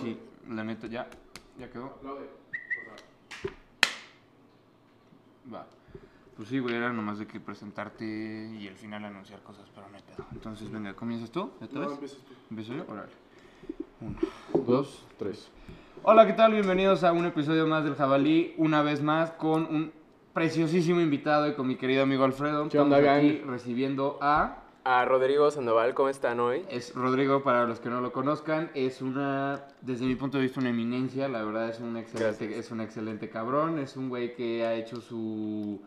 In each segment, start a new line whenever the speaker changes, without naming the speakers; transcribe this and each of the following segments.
Sí, la neta, ya, ya quedó. Va. Pues sí, güey, era nomás de que presentarte y al final anunciar cosas, pero no hay pedo. Entonces, venga, ¿comienzas tú? ¿Ya te
No,
ves?
empiezas tú.
¿Empiezo yo? Órale.
Dos, tres.
Hola, ¿qué tal? Bienvenidos a un episodio más del Jabalí, una vez más con un preciosísimo invitado y con mi querido amigo Alfredo.
¿Qué onda,
Estamos aquí
gang?
recibiendo a...
A Rodrigo Sandoval, ¿cómo están hoy?
Es Rodrigo, para los que no lo conozcan, es una, desde mi punto de vista, una eminencia. La verdad es un excelente,
Gracias.
es un excelente cabrón. Es un güey que ha hecho su,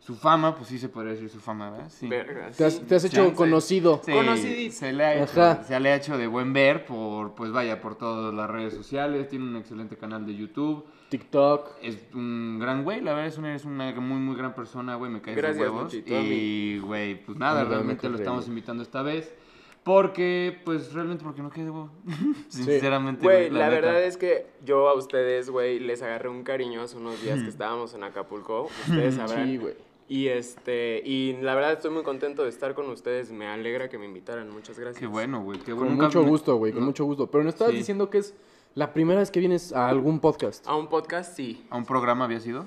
su fama, pues sí se podría decir su fama, ¿verdad? Sí.
Verga,
Te has,
sí.
te has hecho
chance.
conocido.
Sí,
Conocidito.
se le, ha hecho,
Ajá.
se le ha hecho de buen ver por, pues vaya, por todas las redes sociales. Tiene un excelente canal de YouTube.
TikTok.
Es un gran güey, la verdad es una, es una muy, muy gran persona, güey, me caes de
Gracias,
huevos.
Luchito, a mí.
y, güey, pues nada,
A mí también me
realmente
caes
lo
de
estamos
huevos.
invitando esta vez. Porque, pues realmente, porque no caes de huevo. Sinceramente,
Güey,
güey,
la,
neta.
verdad es que yo a ustedes, güey, les agarré un cariño hace unos días que estábamos en Acapulco, ustedes sabrán.
Sí, güey.
y este, y la verdad estoy muy contento de estar con ustedes, me alegra que me invitaran, muchas gracias.
Qué bueno, güey, qué
Con
bueno. Nunca-
mucho gusto, güey, con
no-
mucho gusto. Pero no estabas
Sí.
diciendo que es la primera vez que vienes a algún podcast.
A un podcast sí.
¿A un programa había sido?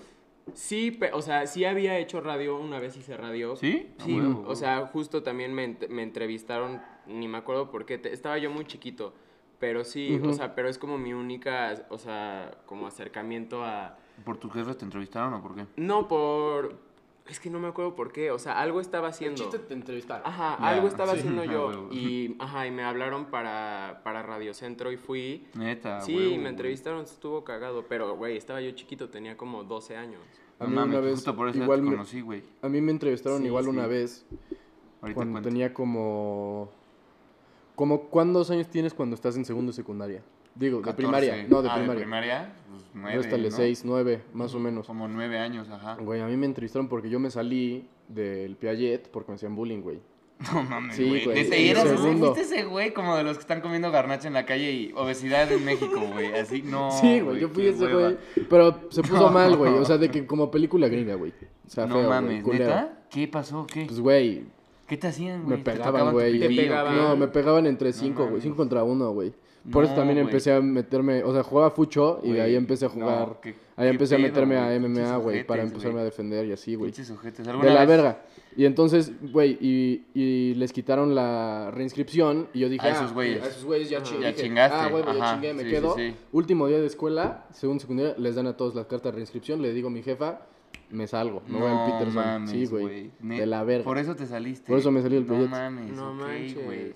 Sí, pe- o sea, sí había hecho radio, una vez hice radio.
¿Sí? A
Sí,
huevo.
o sea, justo también me, ent- me entrevistaron, ni me acuerdo por qué, te- estaba yo muy chiquito, pero sí, o
Ujú.
sea, pero es como mi única, o sea, como acercamiento a...
¿Por tus jefes te entrevistaron o por qué?
No, por... Es que no me acuerdo por qué, o sea, algo estaba haciendo...
te entrevistaron.
Ajá,
Ya,
algo estaba
sí.
haciendo
Ah,
yo
huevo.
y, ajá, y me hablaron para, para Radio Centro y fui...
Neta,
Sí,
huevo,
me
güey.
entrevistaron, estuvo cagado, pero, güey, estaba yo chiquito, tenía como 12 años.
A
No
mí
mames,
una vez.
justo por eso ya
igual
te
me-
conocí, güey.
A mí me entrevistaron
Sí,
igual
sí.
una vez
Ahorita
cuando
cuento.
tenía como. Como, ¿cuántos años tienes cuando estás en segundo de secundaria? Digo, de
14.
primaria. No, de
Ah,
primaria.
de primaria, pues nueve,
Réstale
¿no?
6, 9, más o menos.
Como nueve años, ajá.
Güey, a mí me entrevistaron porque yo me salí del Piaget porque me hacían bullying, güey.
No mames,
Sí,
güey.
güey.
Neta,
Sí,
y eras ese-
segundo.
fuiste ese güey como de los que están comiendo garnacha en la calle y obesidad en México, güey. Así, no.
sí, güey, yo fui
qué
ese
hueva.
güey. Pero se puso
No.
mal, güey. O sea, de que como película gringa, güey. O sea,
No
feo, güey,
mames,
culero.
¿neta? ¿Qué pasó? ¿Qué?
Pues, güey,
¿Qué te hacían,
me
güey?
pegaban, güey.
pipí, Te pegaban.
No, me pegaban entre cinco, güey.
mames.
Cinco contra uno, güey. Por eso
No,
también
güey.
empecé a meterme. O sea, jugaba fucho y
Güey,
de ahí empecé a
no,
jugar.
qué-
ahí
qué
empecé a
pedo,
meterme
güey,
a
pinches
MMA, güey, para
ojetes,
empezarme a
güey.
defender y así, güey.
Pinches ojetes.
De
¿Alguna
la
vez-
verga. Y entonces, güey, y, y les quitaron la reinscripción y yo dije,
A esos
"Ah,
güeyes.
A esos güeyes ya,
Ajá.
chi-
Ya
dije,
chingaste.
Ah, güey, ya
Ajá,
chingué, me
sí, sí,
quedo.
sí.
Último día de escuela, segundo secundaria, les dan a todos las cartas de reinscripción, le digo a mi jefa, me salgo, me voy al Peterson.
mames,
sí, güey.
Ne-
De la verga.
Por eso te saliste.
Por eso me salí del
No
proyecto.
mames,
No
ok,
manches.
güey.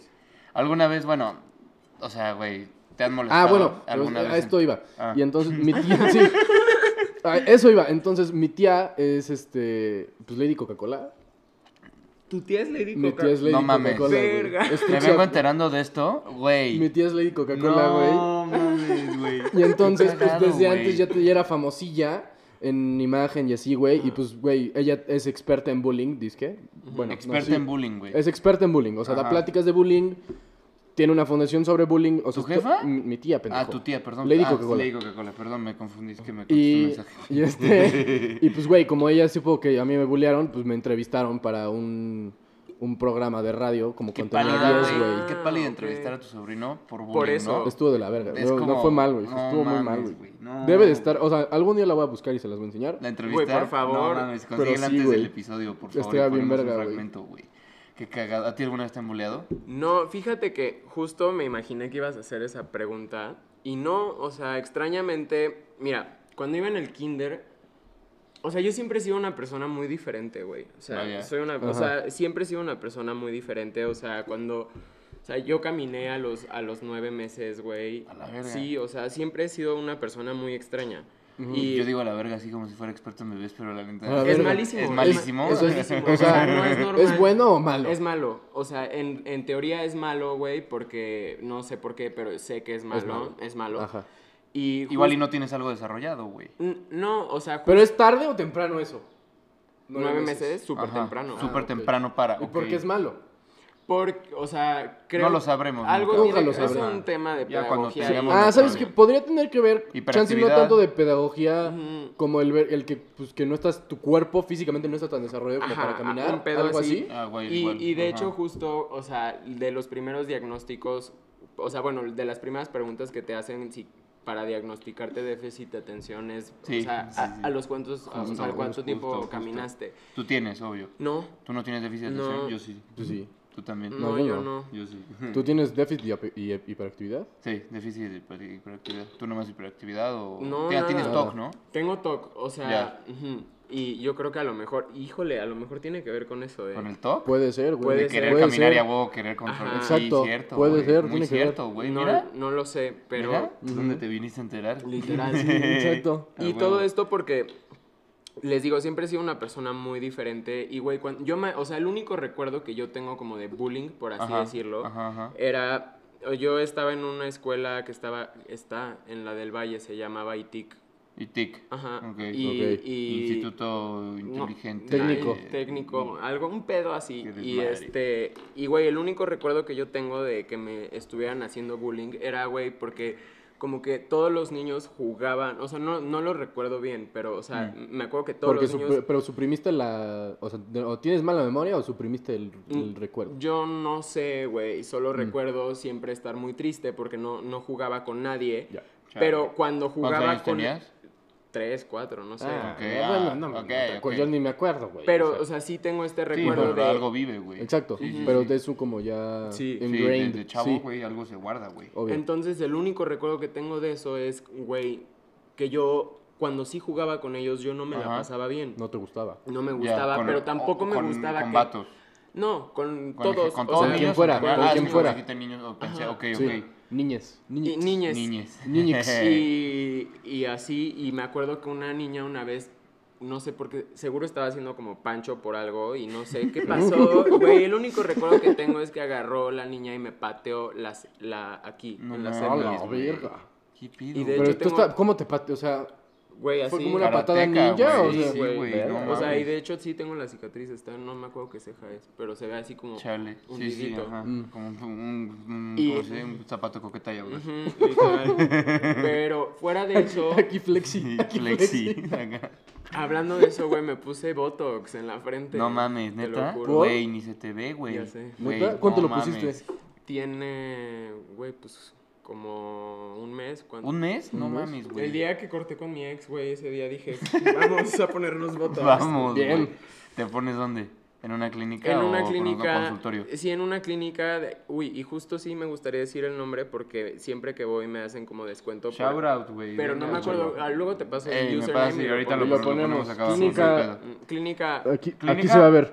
Alguna vez, bueno, o sea, güey, te han molestado.
Ah, bueno,
alguna
pues, a
vez.
esto iba.
Ah.
Y entonces mi tía, sí. A eso iba. Entonces mi tía es este, pues Lady Coca-Cola.
¿Tu tía es Lady
Mi tía es Lady
No mames.
Coca-Cola. güey.
Verga.
Es
Me
ficción.
vengo enterando de esto, güey.
Mi tía es Lady Coca-Cola, güey.
No mames, güey.
Y entonces,
Qué
pues
cagado,
desde
güey.
antes ya, te- ya era famosilla en imagen y así, güey. Y pues, güey, ella es experta en bullying, disque. Bueno, no,
Experta
sí.
en bullying, güey. Ah,
Es experta en bullying, o sea,
Ajá.
da pláticas de bullying. Tiene una fundación sobre bullying. O sea,
¿Tu
esto-
jefa?
mi, mi tía, pendejo.
Ah, tu tía, perdón.
Lady
Ah,
Coca-Cola.
Lady Coca-Cola, perdón, me confundí, es que me contestó un
Y,
mensaje.
y este, y pues, güey, como ella supo que a mí me bullearon, pues me entrevistaron para un, un programa de radio como
Qué
contenido
pálida,
10,
güey.
güey.
Qué pálida
Ah,
entrevistar a
ok.
tu sobrino por bullying,
eso.
¿no?
Estuvo de la verga.
Es
No, no
como-
fue mal, güey.
no
Estuvo muy mal,
mames, güey,
güey.
no.
Debe de estar, o sea, algún día la voy a buscar y se las voy a enseñar.
La entrevista.
Güey, por favor.
No mames, consíguela
sí,
antes
güey.
del episodio, por favor.
Estaba
y ponemos un
bien verga, güey.
fragmento, güey. Qué cagado. ¿A ti alguna vez te han buleado?
No, fíjate que justo me imaginé que ibas a hacer esa pregunta y no, o sea, extrañamente, mira, cuando iba en el kinder, o sea, yo siempre he sido una persona muy diferente, güey. O sea,
Vaya.
soy una,
Ajá.
o sea, siempre he sido una persona muy diferente, o sea, cuando o sea, yo caminé a los a los nueve meses, güey.
A la verga.
Sí, o sea, siempre he sido una persona muy extraña. Y
Yo digo a la verga así como si fuera experto en bebés, pero la neta.
A la
es
verga.
malísimo.
Es malísimo.
Eso es-
malísimo,
o sea,
no es normal.
¿Es bueno o malo?
Es malo, o sea, en, en teoría es malo, güey, porque no sé por qué, pero sé que es malo, es malo.
malo. Ajá.
Y jus-
Igual y no tienes algo desarrollado, güey.
N- No, o sea,
¿Pero es tarde o temprano eso?
nueve, meses, súper
Ajá,
temprano.
Súper
Ah, ok.
temprano para.
¿Y por
ok.
qué es malo?
Por- o sea, creo...
lo sabremos
Algo
nunca.
tiene-
Nunca lo
Es
sabremos.
un tema de
Ya cuando
pedagogía.
tengamos
y-
Ah,
no
¿sabes
sabía.
qué? Podría tener que ver, chance no
Hiperactividad.
tanto de pedagogía
Ujú.
como el ver, el que, pues, que no estás, tu cuerpo físicamente no está tan desarrollado como
Ajá,
para caminar,
un pedo
algo así.
así.
Ah, güey,
Y,
igual,
y de
ajá.
hecho, justo, o sea, de los primeros diagnósticos o sea, bueno, de las primeras preguntas que te hacen si para diagnosticarte déficit de atención es,
Sí,
o sea,
sí,
a,
sí.
a los cuantos, a-
Justo,
al cuánto
justo,
tiempo
justo.
caminaste.
Tú tienes, obvio.
No,
¿Tú no tienes déficit de atención?
No.
Yo sí.
Yo Pues sí.
¿Tú también?
no,
yo
yo
no.
no.
Yo sí.
¿Tú tienes déficit y hip- y hip- hiperactividad?
Sí, déficit de hiper- hiperactividad. ¿Tú nomás hiperactividad o...?
No,
Ya
nada.
tienes TOC, ¿no?
Tengo TOC, o sea,
Ya.
ujú, y yo creo que a lo mejor, híjole, a lo mejor tiene que ver con eso, ¿eh?
¿Con el TOC?
Puede ser, güey.
Puede
de querer
Puede
caminar y a
ser.
huevo querer controlar.
Ajá.
Exacto,
Sí, cierto,
puede
güey,
ser,
Muy
tiene que ver.
cierto, güey.
no,
mira,
no lo sé, pero...
mira,
Ujú.
¿dónde te viniste a enterar?
Literal.
Exacto.
Ah,
Y
huevo.
todo esto porque, les digo, siempre he sido una persona muy diferente. Y, güey, cuando yo me, o sea, el único recuerdo que yo tengo como de bullying, por así
Ajá,
decirlo,
Ajá, ajá.
era, yo estaba en una escuela que estaba, está en la del Valle, se llamaba ITIC.
Y TIC.
Ajá.
Ok.
Y,
Ok.
y-
Instituto
no,
Inteligente. eh,
Técnico.
ay, técnico, algo, un pedo así.
Qué
Y
desmadre.
este, y güey, el único recuerdo que yo tengo de que me estuvieran haciendo bullying era, güey, porque como que todos los niños jugaban, o sea, no, no lo recuerdo bien, pero, o sea, me acuerdo que todos
Mm. Porque
los
supr-
niños...
pero suprimiste la... O sea, de- o tienes mala memoria o suprimiste el, el
Mm,
recuerdo.
Yo no sé, güey, solo
Mm.
recuerdo siempre estar muy triste porque no, no jugaba con nadie.
Ya.
Chale.
Pero cuando
¿Cuántos
jugaba
años
con...
tenías?
Tres, cuatro, no sé.
Ah,
ok,
bueno,
ah,
no, me-
ok,
no te acu-
ok.
yo ni me acuerdo, güey. o
pero,
sea.
o sea, sí tengo este
Sí,
recuerdo
pero
de...
algo vive, güey.
Exacto,
Sí, sí,
pero
sí.
de eso como ya
Sí. Sí,
Sí,
ingrained.
desde chavo,
sí,
güey, algo se guarda, güey.
obvio.
Entonces, el único recuerdo que tengo de eso es, güey, que yo, cuando sí jugaba con ellos, yo no me la
Ajá.
pasaba bien. No,
no te gustaba.
me
Ya,
gustaba,
con-
pero tampoco me
con-
gustaba
con
que...
vatos.
No, con,
Con el-
todos.
Con
o
todos
sea,
niños.
quien fuera,
Ah,
con
sí,
quien
porque
fuera.
dijiste niños, o pensé,
Ajá.
ok,
Sí.
ok.
Niñes.
y-
Niñes.
niñes.
Niñes.
Niñix.
Y, y así, y me acuerdo que una niña una vez, no sé por qué, seguro estaba haciendo como pancho por algo y no sé qué pasó. Güey, el único recuerdo que tengo es que agarró la niña y me pateó las, la, aquí,
No
en la
mames,
cerviz.
la
güey.
verga.
¿Qué pido?
Y de
Pero
hecho,
tú
tengo-
está- ¿cómo te pateó? O sea,
Güey, así.
fue como una
Karateka,
patada ninja.
güey,
O sea,
sí, güey,
verga.
no
O sea, y
mames.
de hecho sí tengo la cicatriz, está, no me acuerdo qué ceja es, pero se ve así como
Chale,
un
sí, sí,
dedito.
ajá.
Mm.
Como un, un- un-
Y-
¿cómo se dice? un zapato coqueta y abrazo.
Ujú, literal. pero fuera de eso,
Aquí flexi.
Sí,
Aquí flexi.
flexi. Acá.
hablando de eso, güey, me puse Botox en la frente.
No mames,
te lo
neta.
juro.
¿Por?
Güey, ni se te ve, güey.
Ya sé.
Güey,
¿Neta? ¿Cuánto
no
lo pusiste?
mames.
Tiene, güey, pues como un mes. cuando-
¿Un mes? No
¿Un mes?
mames,
El
güey.
día que corté con mi ex, güey, ese día dije, vamos a ponernos Botox.
Vamos,
Bien.
güey. ¿Te pones dónde? ¿En una clínica
En
o
una
con
clínica.
un consultorio?
Sí, en una clínica. de- uy, y justo sí me gustaría decir el nombre porque siempre que voy me hacen como descuento. por-
Shout out, güey.
pero
venga,
no me acuerdo.
cholo.
ah, luego te paso
Ey,
el
me
username.
pasa y
lo
ahorita lo,
ponemos.
lo ponemos acá. abajo, no hay
Clínica-
pedo.
Mm, Clínica.
Aquí, aquí
¿Clínica?
se va a ver.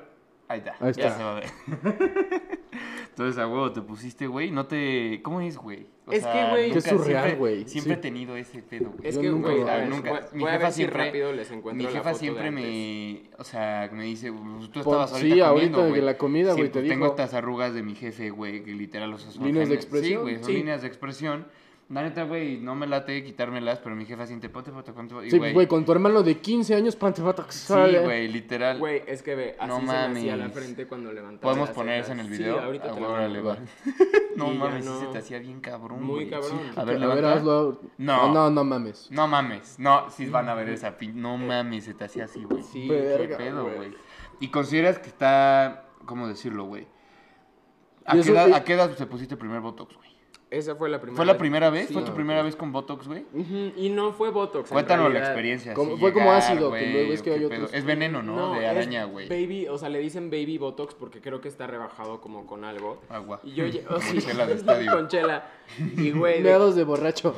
Ahí está.
Ahí
Ya
está.
se va a ver. Entonces, a huevo, te pusiste, güey. No te. ¿Cómo es, güey? O
Es que, güey,
nunca-
Qué surreal,
siempre-
güey.
Siempre he
Sí.
tenido ese pedo, güey.
Es
Yo
que,
nunca
güey,
lo-
a ver,
nunca.
voy-
Mi
voy a
jefa
ver si
siempre-
rápido les encuentro
Mi
la
jefa
foto de
siempre
antes.
me, o sea, me dice, "Pues, tú
Pon-
estabas
sí,
ahorita
ahorita
comiendo,
de
güey".
la comida,
Sí,
güey, te
pues, Tengo
dijo.
estas arrugas de mi jefe, güey, que literal los son
Líneas de
genes. Sí,
expresión,
güey, son
sí.
líneas de expresión. La neta, güey, no me late quitármelas, pero mi jefa siente, ponte, ponte, ponte, y,
Sí, pues, güey, con ¿eh? tu hermano de 15 años, pantefatax.
Sí, güey, literal.
Güey, es que ve, así
No
se me hacía la
mames.
frente cuando levantaba.
¿Podemos
las
poner eso en
cejas.
el video?
Sí, ahorita
Ah,
te
güey,
lo
órale,
mando.
va. No
Y ya
mames, sí se
no.
te hacía bien cabrón,
Muy
güey.
cabrón.
A
A
ver,
ver,
levanta.
hazlo.
No.
No, no mames.
No mames, no, si van a ver esa pin... No mames, se te hacía así, güey.
Sí,
¿Qué
Verga,
pedo,
güey.
güey? ¿Y consideras que está... ¿Cómo decirlo, güey? ¿A,
Y
qué
eso-
edad,
y-
a qué edad te pusiste primer Botox, güey?
Esa fue la primera.
¿Fue la
vez.
primera vez? ¿Fue
Sí.
tu
Ah,
primera
pues.
vez con Botox, güey?
Ujú, Y no fue Botox. en
Cuéntanos la
realidad.
experiencia.
Como-
así
fue como
llegar,
ácido, que
güey,
luego es
o
que
qué
hay
pedo.
otros-
Es veneno, ¿no? de
es
araña, güey.
Baby, o sea, le dicen baby botox porque creo que está rebajado como con algo.
Agua.
Y yo, lle- oh, sí,
Con chela de estadio.
con chela. Y güey, de-
Meados de borracho.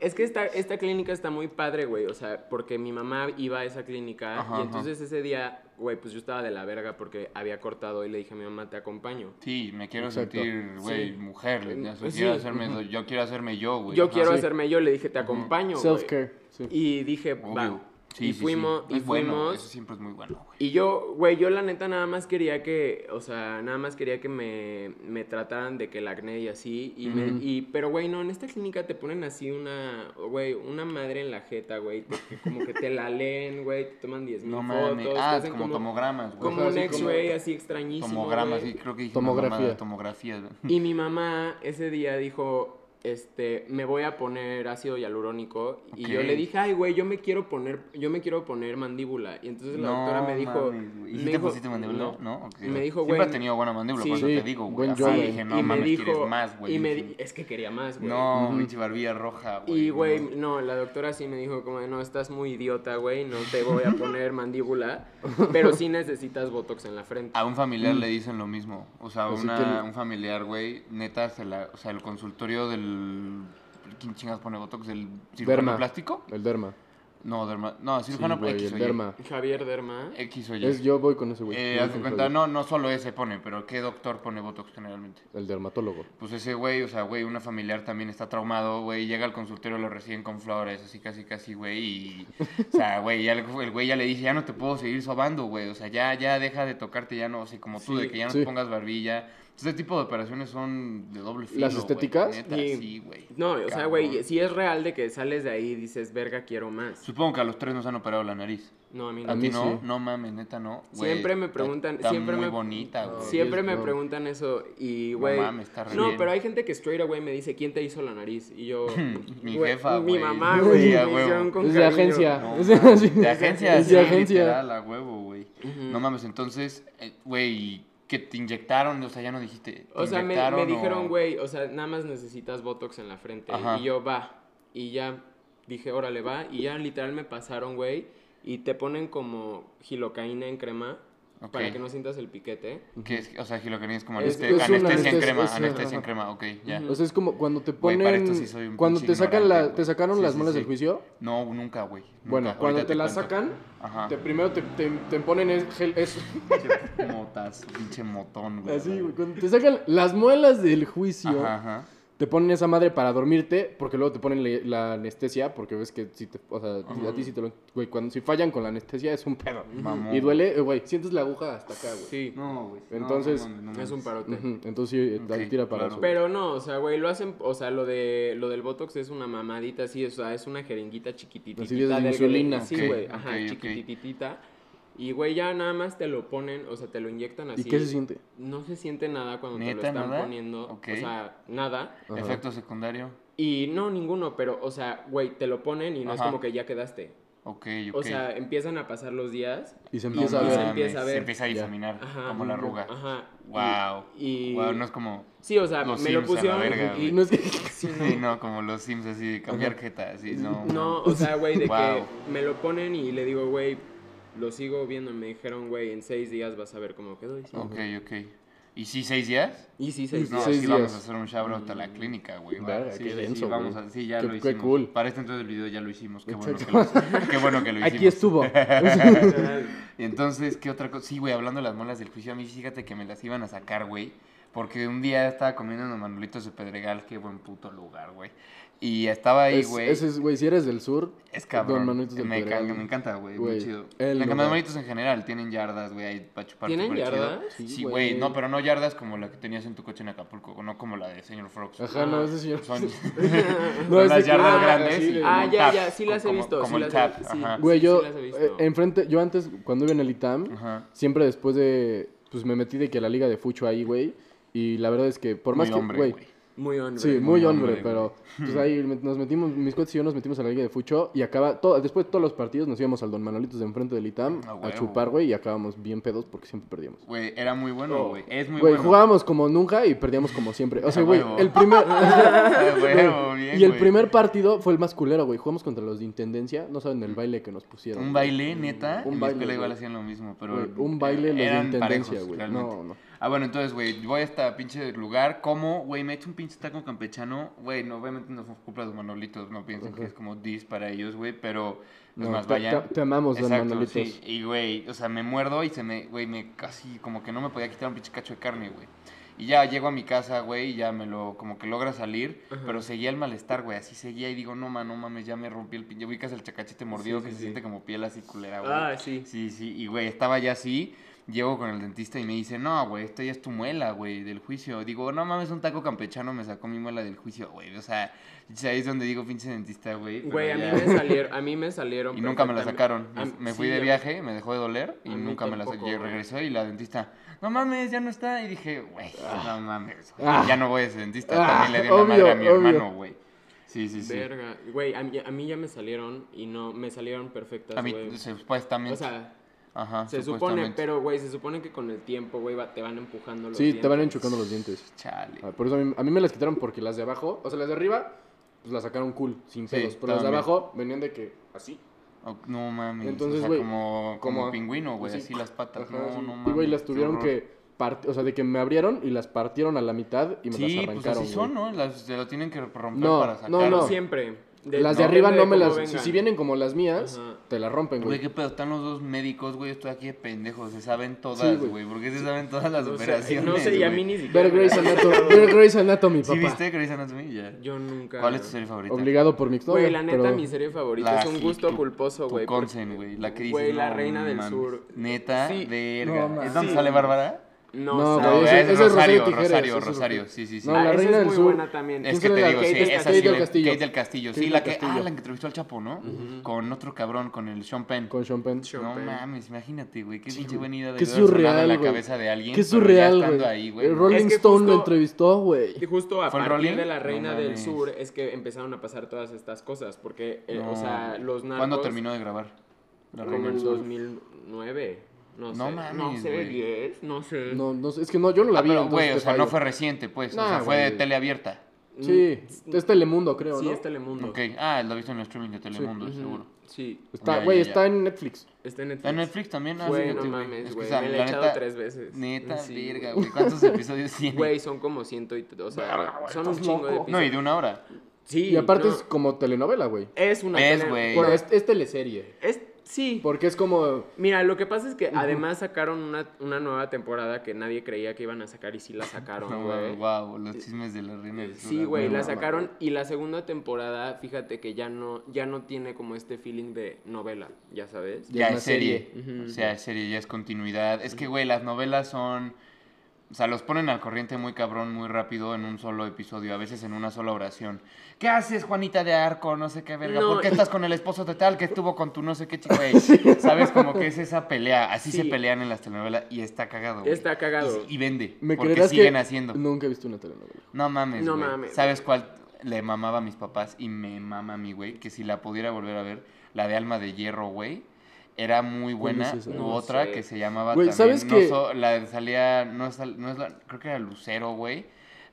es que esta, esta clínica está muy padre, güey, o sea, porque mi mamá iba a esa clínica
Ajá,
y
ajá.
entonces ese día, güey, pues yo estaba de la verga porque había cortado y le dije a mi mamá, "Te acompaño."
Sí, me quiero
Exacto.
sentir, güey,
Sí.
mujer. le-
Mm,
o sea,
sí.
quiero hacerme, yo quiero hacerme yo, güey.
yo
Ajá.
quiero
Sí.
hacerme yo, le dije, "Te acompaño." güey".
Self-care. sí.
Y dije, "Va."
Obvio. Sí,
y
sí, sí.
fuimos y
Es bueno,
fuimos
Eso siempre es muy bueno, güey.
Y yo, güey, yo la neta nada más quería que, o sea, nada más quería que me, me trataran de que el acné y así. Y me-
Ujú.
y, pero, güey, no, en esta clínica te ponen así una, güey, una madre en la jeta, güey. de que Como que te la leen, güey, te toman 10 mil
No
fotos.
mames.
te
Ah, es
hacen
como tomogramas, güey.
como
Ajá,
un
sí, como-
x-ray así extrañísimo.
Tomogramas,
güey.
sí, creo que dije
Tomografía.
mamada, tomografía. güey.
Y mi mamá ese día dijo, este, me voy a poner ácido hialurónico. Y yo
Ok.
le dije, ay, güey, yo me quiero poner, yo me quiero poner mandíbula. Y entonces la
No
doctora me dijo...
mames, güey. ¿Y
me
si te
dijo,
pusiste mandíbula?
"No".
No, ok.
Y me dijo,
Siempre
güey,
has tenido buena mandíbula,
sí.
por eso
Sí,
te digo, güey.
buen
Así
yoga.
dije, no
y
mames,
me dijo,
quieres más, güey.
y me
Dije,
di- es que quería más, güey.
No,
Ujú.
pinche barbilla roja, güey.
Y, güey,
no.
no, la doctora sí me dijo como, de, no, estás muy idiota, güey, no te voy a poner mandíbula, pero sí necesitas Botox en la frente.
A un familiar le dicen lo mismo. O sea,
Mm. Así
una-
que el-
un familiar, güey, neta, se la, o sea, el consultorio del... ¿Quién chingas pone Botox? ¿El cirujano
Derma.
plástico?
El derma.
No, derma... No,
Sí,
cirujano
güey,
X o
el
Y.
derma.
Javier Derma.
X o Y.
Es, yo voy con ese güey.
Eh,
Yo
haz
voy
de
con
cuenta,
ese
no, no solo ese pone, pero ¿qué doctor pone Botox generalmente?
güey. El dermatólogo.
Pues ese güey, o sea, güey, una familiar también está traumado, güey, llega al consultorio, lo reciben con flores, así casi, casi, güey, y, o sea, güey, ya le- el güey ya le dice, ya no te puedo seguir sobando, güey, o sea, ya, ya deja de tocarte, ya no, así como tú,
Sí,
de que ya no
sí.
te pongas barbilla. Este tipo de operaciones son de doble filo,
¿Las
güey,
estéticas?
neta,
Sí.
sí, güey.
No, o sea,
Cabrón.
güey, si es real de que sales de ahí y dices, verga, quiero más.
Supongo que a los tres nos han operado la nariz.
No, a mí
A
no.
mí
ti no,
sí.
no mames, neta, no. güey,
Siempre me
está-
preguntan-
está
siempre
muy
me-
bonita, güey.
Siempre me
No.
preguntan eso y,
No
güey...
mames, está re
no,
bien.
pero hay gente que straight away me dice, ¿quién te hizo la nariz? Y yo...
Mi
güey,
jefa,
Mi
güey.
mamá,
Sí,
güey,
a
me
huevo.
hicieron con
Es de
cariño.
agencia.
No,
O sea,
mames,
sí.
de agencia,
Es
sí,
de agencia.
literal, a huevo, güey. No mames, entonces, eh, güey, que te inyectaron, o sea, ya no dijiste. ¿te
O sea, me, me
inyectaron o-
dijeron, güey, o sea, nada más necesitas Botox en la frente.
Ajá.
Y yo, va. Y ya dije, órale, va. Y ya literal me pasaron, güey. Y te ponen como gilocaína en crema
Ok.
para que no sientas el piquete.
¿Qué es? O sea, gilocanía es como
Es-
aneste-
es una
anestesia en
anestesia,
crema,
es una-
anestesia en crema, ok, ya.
O sea, es como cuando te
Güey,
ponen.
para esto sí soy un
cuando
pinche
te sacan
ignorante,
la,
güey.
te sacaron
Sí,
las
sí,
muelas
sí.
del juicio.
No, nunca, güey. nunca.
Bueno,
Ahorita
cuando te, las
cuento.
sacan,
Ajá.
te, primero te, te, te ponen es- gel- eso.
Pinche Motas, pinche motón, güey.
Así, güey. Cuando te sacan las muelas del juicio,
Ajá, ajá.
te ponen esa madre para dormirte, porque luego te ponen le- la anestesia, porque ves que si te, o sea, a ti si te lo, güey, cuando si fallan con la anestesia es un pedo.
Mamón.
Y duele, eh, güey, sientes la aguja hasta acá, güey.
Sí,
No, güey. no,
Entonces,
no mames, no
es
mames.
un parote.
Ujú, Entonces sí, eh,
Ok,
tira para
claro.
eso.
Pero no, o sea, güey, lo hacen, o sea, lo de lo del Botox es una mamadita así, o sea, es una jeringuita chiquititita.
Así de
delgadita,
insulina.
Sí,
Ok,
güey,
ok,
ajá,
ok.
chiquititita. Y, güey, ya nada más te lo ponen, o sea, te lo inyectan así.
¿Y qué se siente?
No se siente nada cuando te lo
¿Neta,
están
nada?
poniendo.
Ok.
O sea, nada.
Ajá.
Efecto secundario.
Y no, ninguno, pero, o sea, güey, te lo ponen y no es
Ajá.
como que ya quedaste.
Ok, ok.
O sea, empiezan a pasar los días.
Y se
No
empieza
y
a
se
ver.
mames,
empieza a ver.
Se empieza a
Ya.
diseminar,
Ajá.
como la arruga.
Ajá. y-
Wow.
Y,
Wow, no es como.
Sí, o sea, me
los
lo
Sims a la
pusieron.
verga,
y-
güey.
No es que.
Sí, no, como los Sims así, de cambiar jeta, así, no.
No, o sea, güey, de
Wow.
que me lo ponen y le digo, güey, lo sigo viendo. y Me dijeron, güey, en seis días vas a ver cómo quedó. Y sí,
Ok, ok. ¿Y sí, seis días?
y sí seis
Sí,
Oh. No,
días.
seis
sí vamos
días.
a hacer un shoutout a la clínica, güey. va.
Verga,
sí,
qué
sí, sí,
denso,
vamos
güey.
a, sí, ya
Qué-
lo
qué
hicimos.
cool.
Para este entonces del video ya lo hicimos, qué bueno, que lo,
Exacto.
qué bueno que lo hicimos.
Aquí estuvo.
Y entonces, ¿qué otra cosa? Sí, güey, hablando de las muelas del juicio, a mí fíjate que me las iban a sacar, güey. Porque un día estaba comiendo unos manolitos de Pedregal, qué buen puto lugar, güey. Y estaba ahí,
Es-
güey.
Ese es, güey, si eres del sur.
Es cabrón.
Don Manuelitos del
me,
Pedregal,
encanta,
güey.
me encanta, güey.
Güey,
Muy chido.
el
Los
lugar.
Manuelitos en general tienen yardas, güey. Ahí para chupar
¿Tienen
súper chido.
yardas?
Sí,
Sí,
güey.
güey. No, pero no yardas como la que tenías en tu coche en Acapulco. No como la de señor Frogs.
Ajá, no, ese señor.
Son, son
No, es de
Ah. las
que-
yardas
ah,
grandes.
sí,
y
de-
como
Ah,
un
ya,
tap,
ya, sí
co-
las he
como-
visto,
Como
sí
el
las he
tap.
visto, sí.
Ajá.
Güey,
Sí,
yo.
sí las he visto.
eh, enfrente, yo antes, cuando iba en el ITAM,
Ajá.
siempre después de. Pues me metí de que a la liga de Fucho ahí, güey. Y la verdad es que, por más
Muy
que.
hombre,
güey,
güey.
Muy hombre.
Sí, muy,
Muy
hombre,
hombre,
pero. Pues ahí me- nos metimos, mis cuates y yo nos metimos a la liga de Fucho. Y acaba. todo- después de todos los partidos nos íbamos al Don Manolitos de enfrente del ITAM
Ah,
a
huevo.
chupar, güey. Y acabamos bien pedos porque siempre perdíamos.
Güey, era muy bueno,
Oh.
güey. Es muy
Güey,
bueno.
jugábamos como nunca y perdíamos como siempre. O sea,
Ah,
güey,
huevo.
el primer.
Ah, huevo, bien,
y el
güey.
primer partido fue el más culero, güey. Jugamos contra los de Intendencia. No saben el baile que nos pusieron.
Mm. Un baile, neta. en
Un
mi
baile,
escuela igual
güey.
hacían lo mismo, pero.
Güey, un baile los de
eran
intendencia,
parejos,
güey.
realmente.
No, no.
Ah, bueno, entonces, güey, voy a este pinche lugar. Como, güey, me he hecho un pinche taco campechano. Güey, no, obviamente no fue culpa de los manolitos. No piensen que es como dis para ellos, güey, pero. Es
No,
más,
te-
vayan.
te- te amamos, don
Exacto,
Manolitos.
sí. Y, güey, o sea, me muerdo y se me. Güey, me casi. Como que no me podía quitar un pinche cacho de carne, güey. Y ya llego a mi casa, güey, y ya me lo, como que logra salir, pero seguía el malestar, güey, así seguía y digo, no, man, no mames, ya me rompí el pinche, ubicas el chacachete mordido
Sí,
que
sí,
se
sí.
siente como piel así culera, güey.
Ah, sí.
Sí, sí, y güey, estaba ya así. Llego con el dentista y me dice, no, güey, esta ya es tu muela, güey, del juicio. Digo, no mames, un taco campechano me sacó mi muela del juicio, güey. O sea, ahí es donde digo, pinche dentista, güey. pero
Güey, a mí
ya.
me salieron, a mí me salieron.
Y nunca me la sacaron.
perfectamente.
Me,
A-
me
sí,
fui
a
de
mí-
viaje, me dejó de doler y
a mí
nunca me la
tampoco,
saqué. Y
güey.
regresó y la dentista, no mames, ya no está. Y dije, güey, no mames. güey,
Ah.
ya no voy a ese dentista.
Ah,
También le di una
obvio,
madre a mi
obvio.
hermano, güey. Sí, sí, sí.
Verga. Güey, a, mí- a mí ya me salieron y no, me salieron perfectas,
A mí,
güey.
supuestamente.
O sea,
Ajá,
se supone,
supuestamente.
pero, güey, se supone que con el tiempo, güey, va- te van empujando los
Sí, te van
dientes.
enchucando los dientes.
Chale.
Ah, Por eso a mí, a mí me las quitaron porque las de abajo, o sea, las de arriba, pues las sacaron cool, sin
Sí,
pedos. Pero las de
estaban bien.
abajo venían de que así.
O- No mames.
Entonces,
o sea,
güey,
como, como
como-
pingüino, güey.
así,
Así las patas.
Ajá,
no,
así.
no mames.
Y güey, las
qué
tuvieron
horror.
que. part- O sea, de que me abrieron y las partieron a la mitad y me las
Sí,
arrancaron.
pues así son,
güey.
¿no? Las, se lo tienen que romper
No,
para
no,
sacar.
no.
No
güey.
siempre.
Las
depende
de arriba no me
cómo
las. Si, si
vengan.
vienen como las mías,
Ajá.
te las rompen,
Güey,
güey.
qué pedo, están los dos médicos, güey, estoy aquí de pendejos, se saben
Sí,
todas,
güey.
güey, porque se saben todas las
O sea,
operaciones,
no sé, y a
güey.
mí ni siquiera.
Ver
me
Grey's
la-
Anatomy, ver Grey's Anatomy, papá. eh,
¿Sí viste Grey's Anatomy? Ya.
Yo nunca.
¿Cuál es tu serie favorita?
Obligado por mi exnovia.
Güey, la neta,
pero-
mi serie favorita
La
es un
hit,
gusto
tu-
culposo,
tu
güey. porque-
Consen, güey, la que dices,
Güey, la
no
reina del
mames.
sur.
Neta,
Sí.
verga.
No,
¿Es donde
sí.
sale Bárbara?
No,
No,
sabe.
güey,
güey,
ese-
es
ese es
Rosario,
Rosario Tijeras,
Rosario,
ese es
Rosario,
Rosario.
sí, sí, sí.
No, la
esa
reina
es
del
muy
sur.
buena también.
Es que
¿Quién sale
te
la
digo,
Kate
sí,
del-
esa
Kate
sí,
del
güey,
Castillo?
Kate del Castillo, sí,
Kate
la
del
que, ah,
Castillo.
la que entrevistó al Chapo, ¿no? Con otro cabrón, con el Sean Penn.
Con Sean Penn.
Sean
no
Penn.
mames, imagínate, güey, qué pinche buena idea de
Qué
haber sonado en
surreal,
la
güey.
cabeza de alguien.
Qué
pero ya
surreal,
estando
güey.
ahí, güey.
El
no
Rolling
Es que
Stone lo
justo-
entrevistó,
Y
güey.
justo a
¿Fue el
partir
Rolling?
de la
No
reina del
mames.
sur es que empezaron a pasar todas estas cosas. Porque, eh,
No,
o sea,
güey.
los narcos.
¿Cuándo terminó de grabar? La
Como
Reina del
en
Sur.
2009.
No
No, sé. no
mames,
sé,
güey.
10, no sé.
No, no sé, es que no, yo no la
Ah,
vi.
pero,
entonces
güey,
te
o sea,
fallo.
no fue reciente, pues. o
Nah,
sea, fue de
güey.
teleabierta.
Sí, es Telemundo, creo,
Mm. Sí, este-
¿no?
es Telemundo.
Ok. Ah, lo he visto en el streaming de Telemundo,
Ujú,
seguro.
Sí,
Está,
Ya,
güey,
ya, ya.
está en Netflix.
está en
¿Está
Netflix.
en Netflix también? Ah,
Güey, no
fíjate,
mames,
Es
güey.
que, o sea,
me la he
la
echado
neta-
tres veces.
Neta,
Sí,
verga, güey. ¿Cuántos episodios tiene?
Güey, son como ciento y... O sea, son un
estás
chingo de
loco.
episodios.
No, y de una hora.
Sí,
Y aparte
no,
es como telenovela, güey.
es una...
Es,
tele-
güey.
Bueno, es, es teleserie.
Es... Sí.
Porque es como.
Mira, lo que pasa es que además sacaron una, una nueva temporada que nadie creía que iban a sacar y sí la sacaron,
No,
güey.
güey, wow, los chismes de la reina del sur.
Sí,
ah,
güey,
no,
la
no,
sacaron y la segunda temporada, fíjate que ya no, ya no tiene como este feeling de novela, ya sabes.
Ya
es una
es serie.
serie.
O sea, es serie, ya es continuidad. Es que, güey, las novelas son. O sea, los ponen al corriente muy cabrón, muy rápido, en un solo episodio, a veces en una sola oración. ¿Qué haces, Juanita de Arco? No sé qué verga.
No,
¿Por qué
y-
estás con el esposo de tal que estuvo con tu no sé qué chico? Güey, ¿Sabes? Como que es esa pelea. Así se
Sí.
pelean en las telenovelas y está cagado, güey.
Está cagado.
Y, y vende.
¿Me
porque
creerás
siguen
que
haciendo. No,
Nunca he visto una telenovela.
mames,
No
güey.
mames.
¿Sabes cuál le mamaba a mis papás y me mama a mí, güey? Que si la pudiera volver a ver, la de Alma de Hierro, güey. Era muy
¿Cuál
buena.
es esa?
u
No
otra
sé.
que se llamaba
Güey,
también,
¿sabes
no
qué?
so- la salía, no es, sal- no es la, creo que era Lucero, güey.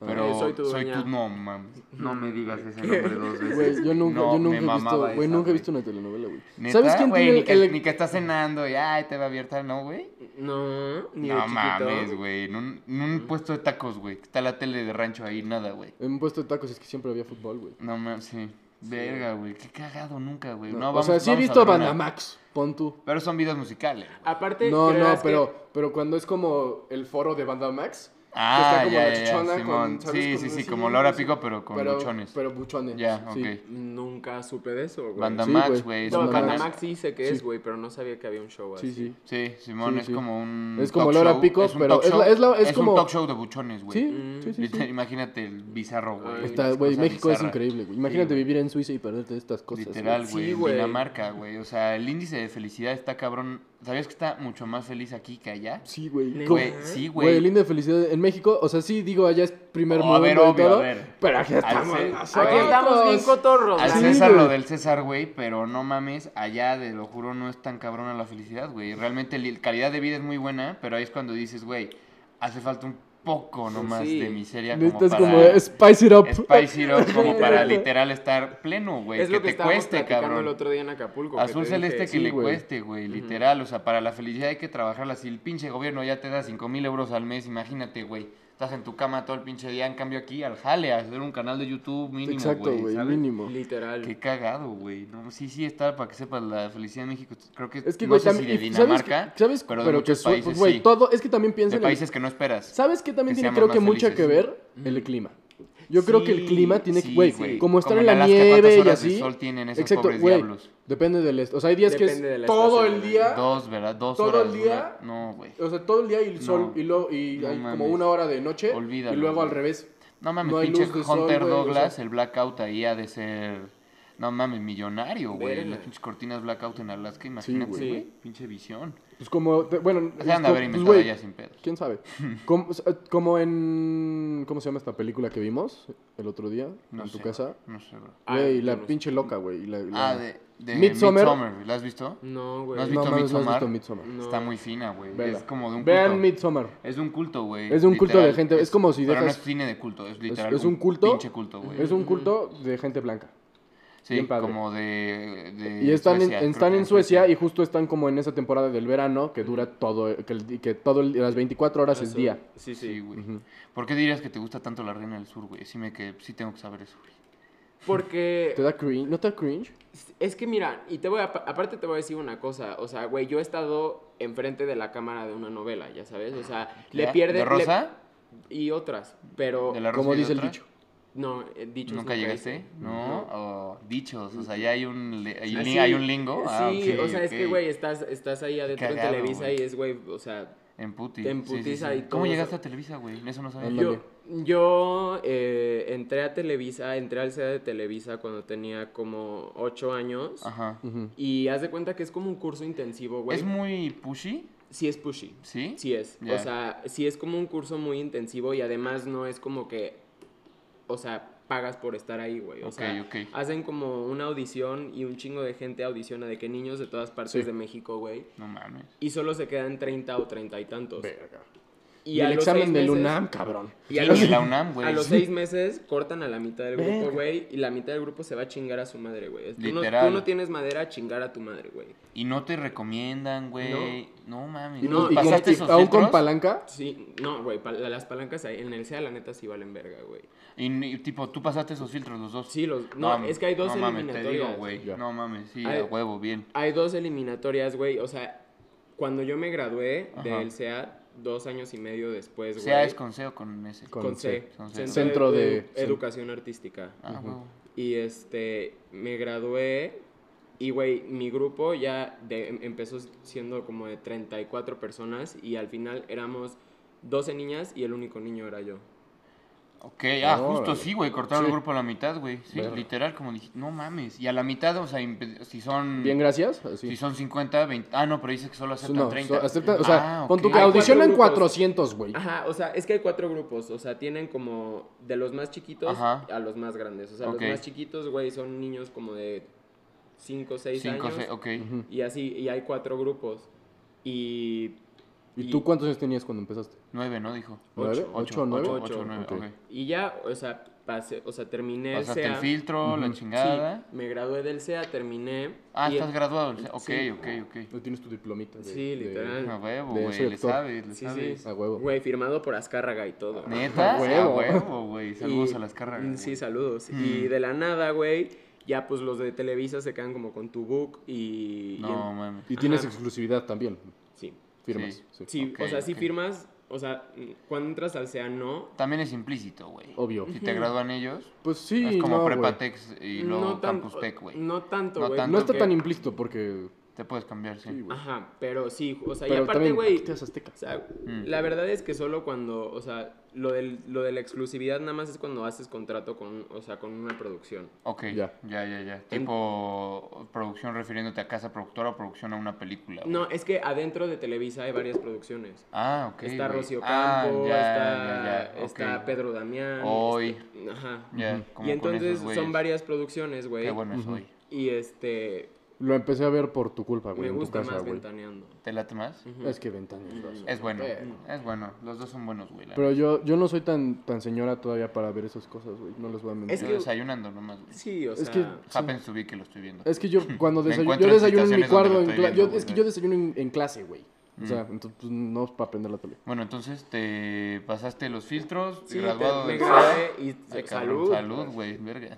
Pero
Ah,
Eh, Soy tu dueña.
no mames. No me digas ese nombre dos veces.
Güey, yo nunca,
No,
yo
me
nunca he
mamaba
visto. Güey,
esa,
nunca he visto una telenovela, güey.
¿Neta,
¿Sabes quién
güey?
tiene
Ni, que,
el-
ni que está cenando y, ay, te va abierta, ¿no, güey?
No, ni de
No
chiquito.
mames, güey. En un, en un puesto de tacos, güey. que Está la tele de rancho ahí, nada, güey.
En un puesto de tacos es que siempre había fútbol, güey.
No mames, sí. Verga, güey. Qué cagado nunca, güey. No,
No,
vamos,
o sea, sí he
vamos a
visto
ver una.
Bandamax, pon tú.
Pero son videos musicales. güey.
Aparte,
No, no,
creerás que-
pero, pero cuando es como el foro de Bandamax,
Ah,
que está como
ya,
la
ya,
chichona
Simón.
con, ¿sabes?
Sí,
Con
sí, sí,
así,
como Laura
así.
Pico, pero con
pero,
buchones.
Pero buchones.
Ya,
sí.
ok.
Nunca supe de eso, güey.
Banda
Sí,
Max,
güey.
güey. Es
No,
un
Banda
canal.
Max sí sé que
Sí.
es, güey, pero no sabía que había un show así.
Sí, sí.
Sí, Simón,
Sí,
es
sí.
como un.
Es como
talk
Laura
show,
Pico,
un
pero
talk
es la-
show,
es la- es como-
un talk show de buchones, Pues güey.
Sí, sí, sí, sí.
Literal, Imagínate el bizarro, güey.
Ay,
Está,
las
güey,
cosas
México es
bizarras.
increíble, güey. Imagínate
güey.
vivir en Suiza y perderte de estas cosas. güey.
Literal,
Sí,
güey. en
güey.
Dinamarca, güey. O sea, el índice de felicidad está cabrón. ¿Sabías que está mucho más feliz aquí que allá?
Sí, güey.
Neta.
Como-
Güey, sí,
Güey, el
güey.
índice de felicidad en México, o sea, sí, digo, allá es primer
Oh, a
mundo
ver,
y
obvio, a
todo,
ver.
pero aquí estamos.
Al ce-
nosotros.
Aquí estamos bien cotorros,
Al
la
Sí,
neta.
César
güey.
lo del César, güey, pero no mames, allá de lo juro no es tan cabrona la felicidad, güey. Realmente la calidad de vida es muy buena, pero ahí es cuando dices, güey, hace falta un poco nomás
Sí.
de miseria como
Necesitas
para...
como spice it up.
Spicy Rock como para
Neta.
literal estar pleno, güey.
es
Que,
lo que
te
estábamos
cueste,
platicando
cabrón.
el otro día en Acapulco. que
Azul
te
celeste que
dije,
sí,
le
güey.
cueste, güey, literal. O sea, para la felicidad hay que trabajarla. Si el pinche gobierno ya te da cinco mil euros al mes, imagínate, güey. Estás en tu cama todo el pinche día, en cambio aquí al jale, a hacer un canal de YouTube mínimo,
Exacto, güey,
¿sabes?
mínimo.
Literal.
Qué cagado, güey. No, sí, sí, está, para que sepas, la felicidad de México, creo que,
Es que,
no
güey,
sé si
también.
de
y- ¿sabes,
Dinamarca,
que- ¿Sabes?
pero,
Pero,
de
que
muchos
su-
países,
güey,
sí.
todo. Es que también
de
piensen. en-
países que no esperas.
¿Sabes qué también
que
tiene,
seamos
creo que
más
mucho
felices.
que ver? El clima. Yo creo que el
Sí,
clima tiene que,
sí,
güey,
güey.
como estar
Como
en
en
la
Alaska, ¿cuántas
nieve y
horas de
así.
sol tienen esos
Exacto,
pobres
güey.
diablos?
Depende del est- O sea, hay días
Depende
que
de
es
la
todo
estación
el
del
día.
año.
Dos, ¿verdad? Dos
¿Todo
horas.
el
una-
día?
No, güey.
O sea, todo el día y el sol
No.
y, lo, y
No
hay como
mames.
una hora de noche.
Olvídalo,
Y luego al
güey.
revés.
No mames,
No hay
pinche
luz de sol,
Hunter
güey, o
Douglas,
sea-
el blackout ahí ha de ser. No mames, millonario, güey.
Verga.
Las pinches cortinas blackout en Alaska, imagínate,
güey.
güey. Pinche visión.
Pues como, te- bueno,
O
es
sea, han de haber
como-
inventado
pues, güey,
ya sin pedos.
quién sabe. Como, como en, ¿cómo se llama esta película que vimos el otro día
No
en
sé,
tu casa?
No sé, bro.
Ah,
Güey,
yo
la
no sé.
pinche loca, güey. la- la-
Ah, de, de
Midsommar.
Midsommar. ¿La has visto?
No,
¿No has
güey.
visto
No mames, no has
Midsommar?
visto Midsommar.
No.
Está muy fina, güey.
Vela.
Es como de un culto.
Vean Midsommar.
Es de un culto, güey.
Es de un culto de gente- es como si
Pero no
dejas-
es cine de culto, es literal.
es un culto.
Pinche culto, güey. Mm.
Es un culto de gente blanca.
Sí,
bien padre.
como de. de
Y están,
Suecia,
en,
creo
están
que
en Suecia y justo están como en esa temporada del verano que dura todo, que, el- que todo el- las 24 horas el
Eso.
día.
Sí,
Sí,
sí.
güey. ¿Por qué dirías que te gusta tanto la Reina del Sur, güey? Decime que sí tengo que saber eso, güey.
Porque
¿Te da cringe? ¿No te da cringe?
Es que mira, y te voy a, aparte te voy a decir una cosa, o sea, güey, yo he estado enfrente de la cámara de una novela, ya sabes, o sea, le
¿Ya?
pierde...
Ah, ¿De
le-
Rosa?
y otras, pero...
¿De la Rosa
Como
y de
dice el
otra?
dicho.
No, eh, dichos
¿Nunca llegaste?
hice.
No. O dichos, o sea, ya hay un, le- hay,
Así-
li- hay un lingo. Ah,
Ah, sí,
ok,
o sea, es que,
ok.
güey, estás, estás ahí adentro
Cagado,
de Televisa
güey.
y es, güey, o sea,
En puti.
en
sí, sí,
putiza
sí.
y todo
¿Cómo
eso.
llegaste a Televisa, güey? Eso no sabía.
Ándale.
Yo, yo eh, entré a Televisa, entré al sede de Televisa cuando tenía como 8 años.
Ajá.
Ujú.
Y haz de cuenta que es como un curso intensivo, güey.
Es muy pushy,
Sí es pushy.
¿sí?
Sí es.
Ya.
O sea, sí es como un curso muy intensivo y además no es como que, o sea, pagas por estar ahí, güey. O
Ok,
sea,
ok.
hacen como una audición y un chingo de gente audiciona de que niños de todas partes
Sí.
de México, güey.
No mames.
Y solo se quedan 30 o 30 y tantos.
Verga.
Y,
Y
a
el
los
examen
seis
del
meses-
UNAM, cabrón.
Y a
Sí,
los,
en la UNAM, güey.
a los seis meses cortan a la mitad del
Verga.
grupo, güey. Y la mitad del grupo se va a chingar a su madre, güey. Tú no,
Literal.
tú no tienes madera a chingar a tu madre, güey.
Y no te recomiendan, güey. No, mames.
Y no,
¿Y
y con-
pasaste
y
esos
aún
filtros?
con palanca?
Sí, no, güey. pa- las palancas ahí en el SEA, la neta, sí valen verga, güey.
Y, y, tipo, tú pasaste esos filtros los dos.
Sí, los- no,
mames,
es que hay dos
No mames, te digo,
eliminatorias.
güey.
Ya.
No mames, sí,
Hay-
a huevo, bien.
Hay dos eliminatorias, güey. O sea, cuando yo me gradué
Ajá.
del SEA, dos años y medio después, Pues, güey.
¿Sea es con C o con S?
Con-
con C.
C, con C.
Centro,
Centro
de,
de-
Edu- Educación Artística.
Ah, huevo.
Y este, me gradué. Y, güey, mi grupo ya de- em- empezó siendo como de 34 personas. Y al final éramos 12 niñas y el único niño era yo.
Ok, ah,
Órale.
justo sí, güey, cortaron
Sí.
el grupo a la mitad, güey. Sí,
Verga.
literal, como dije, no mames. Y a la mitad, o sea, imp- si son...
Bien, gracias. Así.
Si son 50, 20... Ah, no, pero dices que solo aceptan
No,
30.
so- acepta- o sea,
Ah,
pon tu
ok.
que
Hay cuatro
audicionan
grupos.
400, güey.
Ajá, o sea, es que hay cuatro grupos, o sea, tienen como de los más chiquitos
Ajá.
a los más grandes. O sea,
Ok.
los más chiquitos, güey, son niños como de 5 6
Cinco,
años.
seis, ok.
Y así, y hay cuatro grupos. Y...
¿Y tú cuántos años tenías cuando empezaste?
Nueve, ¿no? Dijo.
¿Nueve?
Ocho.
¿Ocho o
Ocho,
nueve?
ocho, nueve, ok.
Y ya, o sea, pasé, o sea, terminé
Pasaste el
SEA.
filtro, la
Sí,
chingada.
me gradué del SEA, terminé.
Ah,
y-
estás graduado. del C- Ok,
Sí.
ok, ok.
No tienes tu diplomita. de-
Sí,
de-
literal.
A huevo,
De-
güey,
soy
le
actor.
sabes, le
Sí, sí.
sabes.
A huevo.
Güey, firmado por Azcárraga y todo.
¿Neta?
A
A
huevo.
huevo, güey. Saludos
Y-
a las carreras.
mm, Sí, saludos. Y
Mm.
de la nada, güey, ya pues los de Televisa se quedan como con tu book y... y
No,
en-
mames.
Y tienes
Ajá.
exclusividad también.
sí.
Firmas.
Sí.
sí.
Sí,
Ok,
o sea, si
ok.
firmas, o sea, mm, cuando entras al SEA, no.
También es implícito, güey.
Obvio.
Si te gradúan ellos,
Pues sí,
es como
no, güey.
Prepa Tex y luego
no tan-
Campus Tech, güey.
No tanto,
No
güey.
tanto.
No está
porque-
tan implícito porque...
Te puedes cambiar, sí.
Sí, güey.
Ajá, pero sí, o sea, y
Pero
aparte,
también,
güey,
hostias, aztecas.
o sea,
Mm.
la verdad es que solo cuando, o sea, lo, del, lo de la exclusividad nada más es cuando haces contrato con, o sea, con una producción.
Ok,
Ya.
ya, ya, ya. Tipo producción refiriéndote a casa productora o producción a una película. güey.
No, es que adentro de Televisa hay varias producciones.
Ah, ok.
está
güey.
Rocío
Ah,
Campo,
ya,
está,
ya, ya, ok.
está Pedro Damián.
Hoy.
está- ajá.
Ya, como con
Y entonces
esos güeyes.
son varias producciones, güey.
Qué bueno es hoy.
Y este,
Lo empecé a ver por tu culpa, güey.
me
En tu
gusta
casa,
más
güey.
ventaneando.
¿Te late más?
Es que ventanas. vas.
Es bueno,
Pero-
es bueno. Los dos son buenos, güey. la
Pero yo, yo no soy tan, tan señora todavía para ver esas cosas, güey. No les voy a mentir.
neta.
es
Yo
que-
desayunando nomás, güey.
Sí, o sea,
Es que-
Happens to be que lo estoy viendo.
Es que yo cuando
Me
desayuno, yo
encuentro en
desayuno en mi
situaciones donde
cuarto,
lo
en
estoy
cla-
viendo,
yo- es que
güey. Mm.
yo desayuno en, en clase, güey. O sea, entonces pues, no es para aprender la tele.
Bueno, entonces te pasaste los filtros,
Sí, te-
graduado
me
del
gradué
SEA.
y
Ay, cabrón,
salud.
Salud, güey, verga.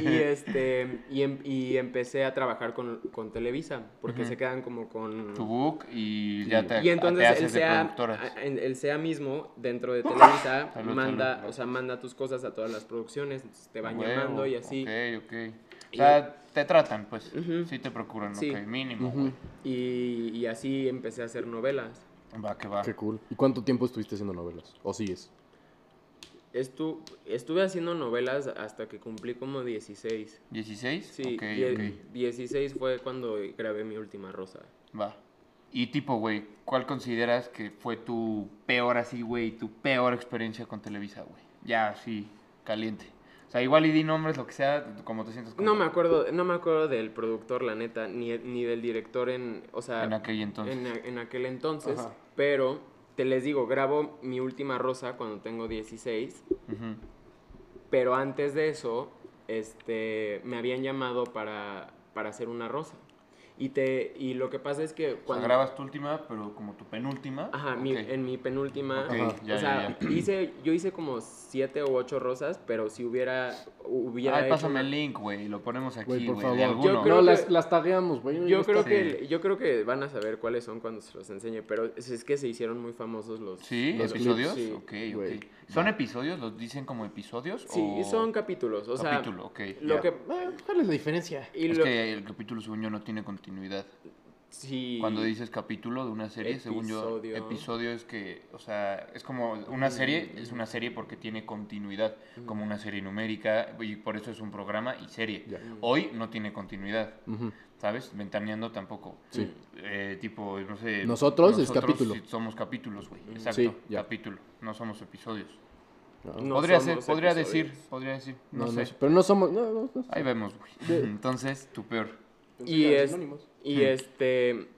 y este y, em- y empecé a trabajar con, con Televisa porque
Ujú.
se quedan como con
tu book y ya te,
y entonces
te
el
haces de
SEA,
productora.
a- en- el SEA mismo dentro de Televisa
Salud,
manda
salud.
o sea manda tus cosas a todas las producciones entonces te van
Huevo,
llamando y así
Ok, ok. O
Y-
sea, te tratan, pues.
Ujú.
Sí te procuran,
Sí.
ok, mínimo,
Ujú.
güey.
y, y así empecé a hacer novelas
Va, que va.
Qué cool. ¿Y cuánto tiempo estuviste haciendo novelas? ¿O sigues?
Estu- estuve haciendo novelas hasta que cumplí como 16
¿16?
sí
Ok,
die-
ok.
16 fue cuando grabé mi última rosa
Va. Y tipo, güey, ¿cuál consideras que fue tu peor así, güey, tu peor experiencia con Televisa, güey? Ya, sí, caliente. O sea, igual y di nombres, lo que sea, como te sientas.
no me
cómodo.
acuerdo no me acuerdo del productor la neta ni, ni del director en o sea
En aquel entonces.
en, a- en aquel entonces,
Ajá.
pero te les digo, grabo mi última rosa cuando tengo 16,
Ujú.
pero antes de eso, este, me habían llamado para, para hacer una rosa. Y, te, y lo que pasa es que
O sea,
cuando...
grabas tu última, pero como tu penúltima.
Ajá, mi-
ok.
en mi penúltima...
Ok,
Ajá.
ya,
o
ya,
sea,
ya.
hice, yo hice como siete u ocho rosas, pero si hubiera, hubiera
Ay,
hecho
pásame
una-
el link, güey, y lo ponemos aquí,
Güey,
güey,
por favor.
de alguno.
Yo
Yo
creo
no,
que-
las, las tagueamos, güey.
Yo creo,
Sí.
que, yo creo que van a saber cuáles son cuando se los enseñe, pero es, es que se hicieron muy famosos los...
¿Sí?
Los
¿Episodios?
clips, sí,
ok,
güey.
ok. ¿Son episodios? ¿Los dicen como episodios?
Sí,
o
son capítulos, o sea...
capítulo, ok.
Lo
ya.
que.
Eh, ¿Cuál es la diferencia?
Y
Es
lo,
que el capítulo, según yo, no tiene continuidad.
sí,
Cuando dices capítulo de una serie, según yo,
Episodio.
episodio es que, o sea, es como una serie, es una serie porque tiene continuidad, como una serie numérica, y por eso es un programa y serie.
Ya.
Mm,
Hoy no tiene continuidad,
Ujú.
¿sabes? Ventaneando tampoco.
Sí.
Eh, tipo, no sé.
Nosotros es capítulo.
sí Somos capítulos, güey. Exacto.
Sí, ya.
Capítulo. No somos episodios.
No
podría ser,
somos
podría
episodios.
decir, podría decir.
No,
No,
no
sé.
sé, Pero no somos. No, no, no sé.
Ahí vemos, güey. Entonces, tu peor.
Y,
Eran
es-
sinónimos.
Mm.
y este.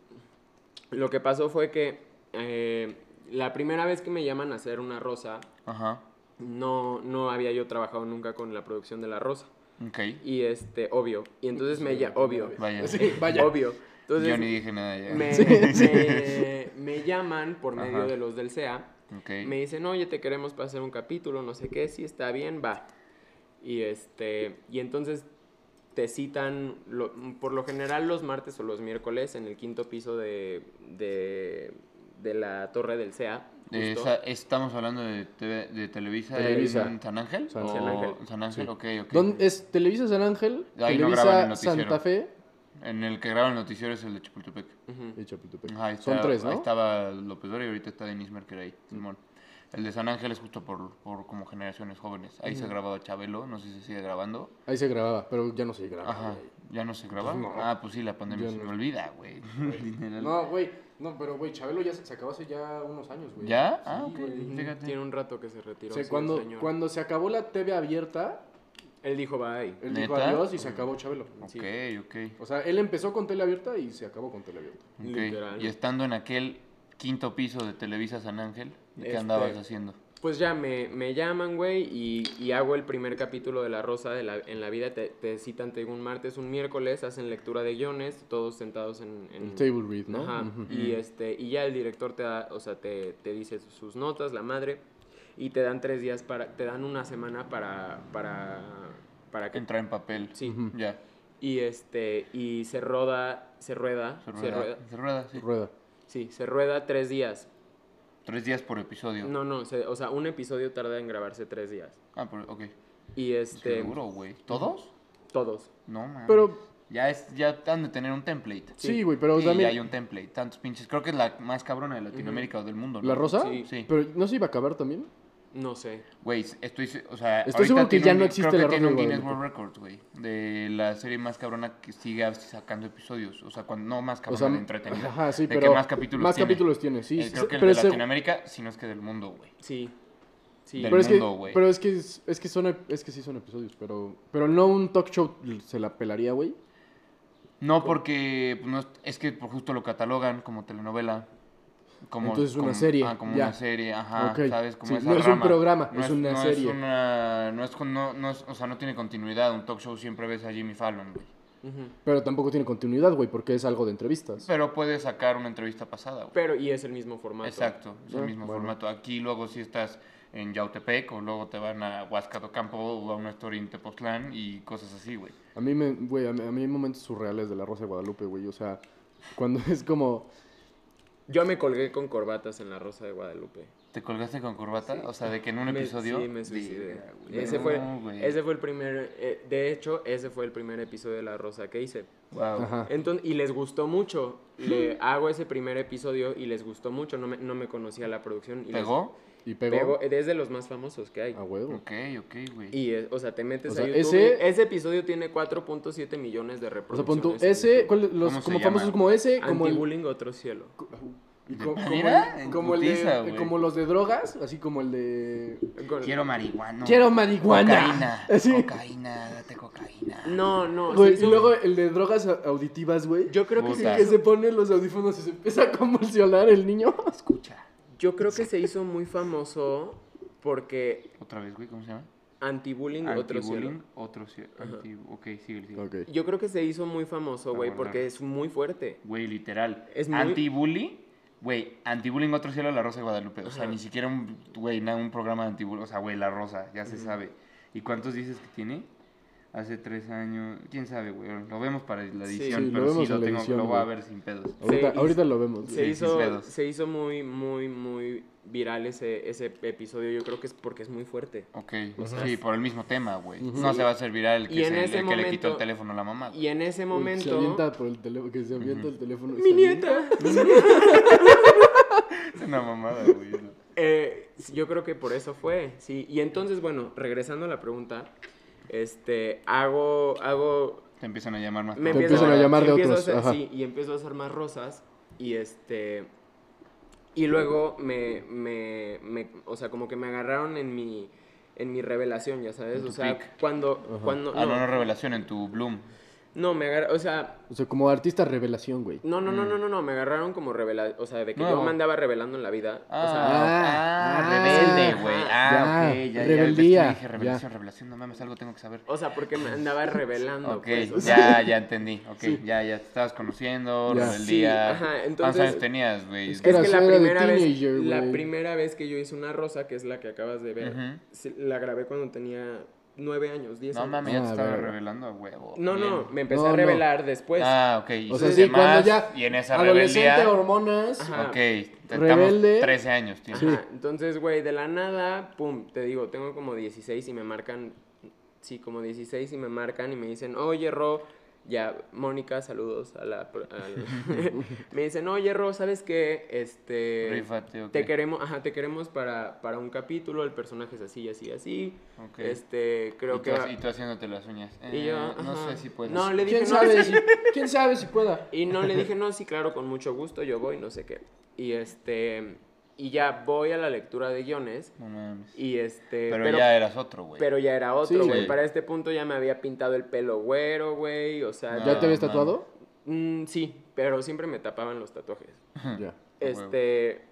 Lo que pasó fue que eh, la primera vez que me llaman a hacer una rosa,
Ajá.
no, no había yo trabajado nunca con la producción de la rosa.
Ok.
Y este, obvio. Y entonces me llaman. Obvio.
Vaya.
Sí, vaya.
Obvio. Entonces
yo ni dije nada ya.
me, me- me llaman por medio
Ajá.
de los del SEA.
Ok.
Me dicen, oye, te queremos para hacer un capítulo, no sé qué, sí está bien, va. Y este, y entonces te citan, lo- por lo general los martes o los miércoles, en el quinto piso de, de, de la torre del SEA.
De
justo.
esa- estamos hablando de, TV de Televisa,
Televisa.
en San Ángel.
San-
o-
San Ángel.
San Ángel, ok, ok.
¿Dónde es Televisa San Ángel?
Ahí no graban el
Televisa
noticiero.
Santa Fe
En el que graban el noticiero es el de Chapultepec.
Ujú.
y Chapultepec.
Ajá, ahí
Son
está-
tres, ¿no?
Ahí estaba López Dóriga y ahorita está Denis Merker ahí, Simón. El de San Ángel es justo por, por como generaciones jóvenes. Ahí se grababa Chabelo, no sé si se sigue grabando.
Ahí se grababa, pero ya no se graba.
Ajá,
güey.
¿ya no se graba?
Pues no.
Ah, pues sí, la pandemia
Ya
se
no.
me olvida, güey. Literal.
No, güey. No, pero güey, Chabelo ya se, se acabó hace ya unos años, güey.
¿Ya?
Sí,
ah, ok,
güey.
fíjate.
Tiene un rato que se retiró.
O sea,
sí,
cuando,
señor.
cuando se acabó la TV abierta,
Él dijo, va ahí.
él dijo
¿Neta?
adiós y se acabó Chabelo.
sí.
Ok, ok.
O sea, él empezó con tele abierta y se acabó con tele abierta.
Ok,
Literal.
Y estando en aquel quinto piso de Televisa San Ángel, ¿qué
Este-
andabas haciendo?
Pues ya me, me llaman, güey, y, y hago el primer capítulo de La Rosa de la- en la vida. Te, te citan, te digo, un martes, un miércoles, hacen lectura de guiones, todos sentados en... en-
El table read, ¿no?
Mm. Ajá,
Ujú.
Y, este, y ya el director te da, o sea, te, te dice sus notas, la madre, y te dan tres días para, te dan una semana para, para, para que...
Entrar en papel.
Sí,
Ujú.
Ya,
y este, y se roda, se rueda,
se rueda. se rueda, sí.
Rueda.
sí, se rueda tres días.
Tres días por episodio.
No, no, se- o sea, un episodio tarda en grabarse tres días.
Ah, por, ok.
Y este,
Seguro, güey. ¿Todos?
todos.
No, man.
Pero-
Ya, es, ya han de tener un template.
Sí, güey, pero
Sí,
también.
ya hay un template. Tantos pinches. Creo que es la más cabrona de Latinoamérica o del mundo. ¿no?
¿La Rosa?
Sí.
Sí.
Pero no se iba a acabar también.
No sé.
Güey, estoy, se- o sea,
Estoy
ahorita
seguro que
tiene
ya
un-
no existe
creo
la
que tiene
Rosa
un
de
Guadalupe. Guinness
Guadalupe.
World Records, güey, de la serie más cabrona que sigue sacando episodios, o sea, cuando no más
O
cabrona
sea,
de entretenida,
ajá, sí,
de
pero
que más capítulos
más
tiene.
capítulos tiene, sí,
Eh,
sí,
creo que el
pero
de
ese-
Latinoamérica, si no es que del mundo, güey.
Sí. Sí.
Del
Pero es que,
mundo, güey.
pero es que es, es que son ep- es que sí son episodios, pero pero no un talk show se la pelaría, güey.
No, porque pues, no es, es que por justo lo catalogan como telenovela. Como,
Entonces es una
como-
serie,
Ah, como
ya.
una serie, ajá,
Ok.
¿sabes? Como
Sí,
esa
no es un
rama.
programa,
no
es una
no
serie.
Es una, no es, con- no, no es- o sea, no tiene continuidad. Un talk show siempre ves a Jimmy Fallon, güey.
Ujú.
Pero tampoco tiene continuidad, güey, porque es algo de entrevistas.
Pero puedes sacar una entrevista pasada, güey.
Pero, y es el mismo formato.
Exacto, es el
Ah,
mismo
bueno.
formato. Aquí luego si estás en Yautepec o luego te van a Huascato Campo o a una historia en Tepoztlán y cosas así, güey.
A mí, me, güey, a mí, a mí hay momentos surreales de la Rosa de Guadalupe, güey. O sea, cuando es como...
Yo me colgué con corbatas en la Rosa de Guadalupe.
¿Te colgaste con corbata? O sea, de que en un
Me-
episodio...
sí, me suicidé.
Verga, güey.
ese,
No,
fue,
güey.
ese fue el primer. eh, de hecho, ese fue el primer episodio de La Rosa que hice.
Guau.
Ajá.
Entonces, y les gustó mucho. Le hago ese primer episodio y les gustó mucho. No me, no me conocía la producción. Y les-
¿Pegó? Ah,
Y
Pegó.
pegó
Es de los más famosos que hay.
a huevo.
Ok, ok, güey.
Y, eh, o sea, te metes
O sea,
a YouTube.
ese-
y Ese episodio tiene 4.7 millones de
O sea,
reproducciones.
pon tú,
en
ese,
YouTube.
¿cuál, los
¿Cómo se
como
llama,
famosos
güey?
como ese, como el,
Anti-bullying, otro cielo.
y
¿De
co- como,
veras?
el,
En
como, el de-
putiza, güey.
como los de drogas, así como el de...
Con-
Quiero marihuana.
Quiero marihuana.
Cocaína.
Sí.
Cocaína, date cocaína.
No, no.
Güey,
se hizo-
y luego el de drogas a- auditivas, güey.
Yo creo que
Puta.
sí.
Sí, que se pone los audífonos y se empieza a convulsionar el niño.
Escucha.
Yo creo que se hizo muy famoso porque
Otra vez, güey, ¿cómo se llama?
anti-bullying, otro cielo.
Anti-bullying, otro cielo. Anti- ok, sigue, sigue.
Ok.
Yo creo que se hizo muy famoso, güey,
guardar.
porque es muy fuerte.
Güey, literal.
Es muy-
Anti-bully. Güey, anti-bullying otro cielo la Rosa de Guadalupe. O sea,
Ajá.
ni siquiera un, güey, nada, un programa de anti-bullying. O sea, güey, la Rosa, ya se sabe. ¿Y cuántos dices que tiene? Hace tres años. ¿Quién sabe, güey? Lo vemos para la
Sí,
edición,
sí, lo
pero sí
vemos
lo
en la
tengo,
edición,
lo voy a
güey.
ver sin pedos.
Ahorita,
hizo-
ahorita lo vemos.
Se
Sí, sin
hizo,
pedos.
se hizo muy, muy, muy viral ese, ese episodio. Yo creo que es porque es muy fuerte.
Ok, Pues sí, por el mismo tema, güey. No
Sí.
se va a hacer viral el que,
Y en
se- el
ese
que le quitó el
momento-
teléfono a la mamá.
Y en ese
Que se
momento.
avienta por el teléfono, que se avienta el teléfono. y
¡Mi
se
nieta!
Es una mamada, güey.
Eh, sí, yo creo que por eso fue, sí. Y entonces, bueno, regresando a la pregunta, este, hago, hago,
Te empiezan a llamar más.
me
Te
tarde. Ah,
empiezo-
empiezan a llamar de
empiezo
otros,
hacer-
ajá.
sí, y empiezo a hacer más rosas y este, y luego me, me, me- o sea, como que me agarraron en mi, en mi revelación, ya sabes,
En tu
o sea,
pic.
cuando, cuando,
Ah, no, no,
no,
revelación en tu Bloom.
no, me agarraron, o sea,
O sea, como artista revelación, güey.
no, no, no, no, no, no, me agarraron como revela, o sea, de que
Nuevo.
yo me andaba revelando en la vida,
Ah,
o sea,
ah,
ah,
rebelde, güey. Ah,
ya,
ok, ya, ya.
rebeldía,
ahorita es que dije
ya.
revelación, revelación, no mames, algo tengo que saber.
O sea, porque me andaba revelando.
ok,
pues, o sea,
ya, ya entendí. Ok, ya, ya te estabas conociendo,
Ya.
rebeldía.
Sí, ajá,
¿Cuántos
entonces-
años tenías, güey?
Es
Es
Era-
que la
era de
primera, vez,
teenager,
la
güey.
primera vez que yo hice una rosa, que es la que acabas de ver,
Ujú.
se- la grabé cuando tenía nueve años, diez
No
años.
mames, ya te
Ah,
estaba
verga.
revelando, huevo.
No,
Bien.
no, me empecé
No,
a
no.
revelar después.
Ah, ok. y
O sea,
sus
sí,
demás,
cuando ya.
Y en esa
adolescente,
rebeldía.
hormonas.
Ajá.
Ok, estamos
Rebelde.
13 años, tío.
Ajá, Entonces, güey, de la nada, pum, te digo, tengo como 16 y me marcan, sí, como 16 y me marcan y me dicen, oye, Ro, ya, Mónica, saludos a la... pro- al- me dicen, oye, Ro, ¿sabes qué? Este...
Rífate, ok.
Te queremos, ajá, te queremos para, para un capítulo, el personaje es así, así, así.
Ok.
Este, creo
y,
que...
tú,
va-
y tú haciéndote las uñas.
y
Eh,
yo,
no
ajá.
sé si puedes.
No, le dije,
¿Quién,
no,
sabe si, ¿Quién sabe si pueda?
y no le dije, no, sí, claro, con mucho gusto, yo voy, no sé qué. Y este, y ya voy a la lectura de guiones
No mames.
y este...
Pero, ya eras otro, güey.
pero ya era otro,
Sí,
güey.
güey.
Para este punto ya me había pintado el pelo güero, güey. O sea,
No.
¿Ya te
mames.
habías tatuado?
mm, sí, pero siempre me tapaban los tatuajes.
Mm.
ya.
huevo.
Este,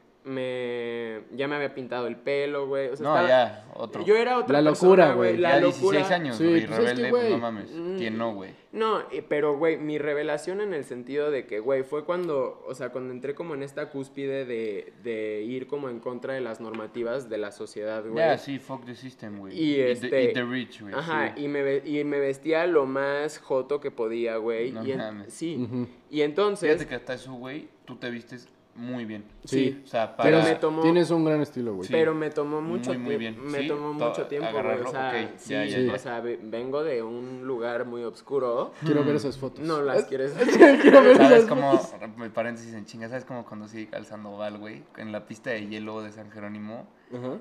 me, ya me había pintado el pelo, güey. O sea,
no,
estaba-
ya, otro.
Yo era otra
La
persona,
locura, güey.
La
ya
locura.
16 años,
Sí,
güey.
pues es que,
rebelde, pues,
güey.
no mames.
Mm.
¿Quién no, güey?
No, eh, pero güey, mi revelación en el sentido de que, güey, fue cuando, o sea, cuando entré como en esta cúspide de, de ir como en contra de las normativas de la sociedad, güey.
Ya, sí, fuck the system, güey.
Y
Eat the-
este-
eat the rich, güey.
Ajá,
sí.
y, me, ve- y me vestía lo más joto que podía, güey.
No
y en-
mames.
sí.
Ujú.
Y entonces,
Fíjate que hasta eso, güey, tú te vistes muy bien.
sí.
O sea, para.
Pero
Tienes,
me tomó-
tienes un gran estilo, güey.
Sí.
Pero me tomó mucho
Muy, muy
tiempo.
bien.
Me
Sí,
tomó
to-
mucho tiempo, güey.
agarrarlo,
O sea,
ok,
sí,
ya, ya,
ya.
o sea, ve- vengo de un lugar muy oscuro.
Quiero ver esas fotos.
No las quieres.
Quiero ver
Mm. ¿Sabes
esas
cómo?
fotos.
Paréntesis en chinga. ¿Sabes cómo conducí al Sandoval, güey? En la pista de hielo de San Jerónimo.
Ajá.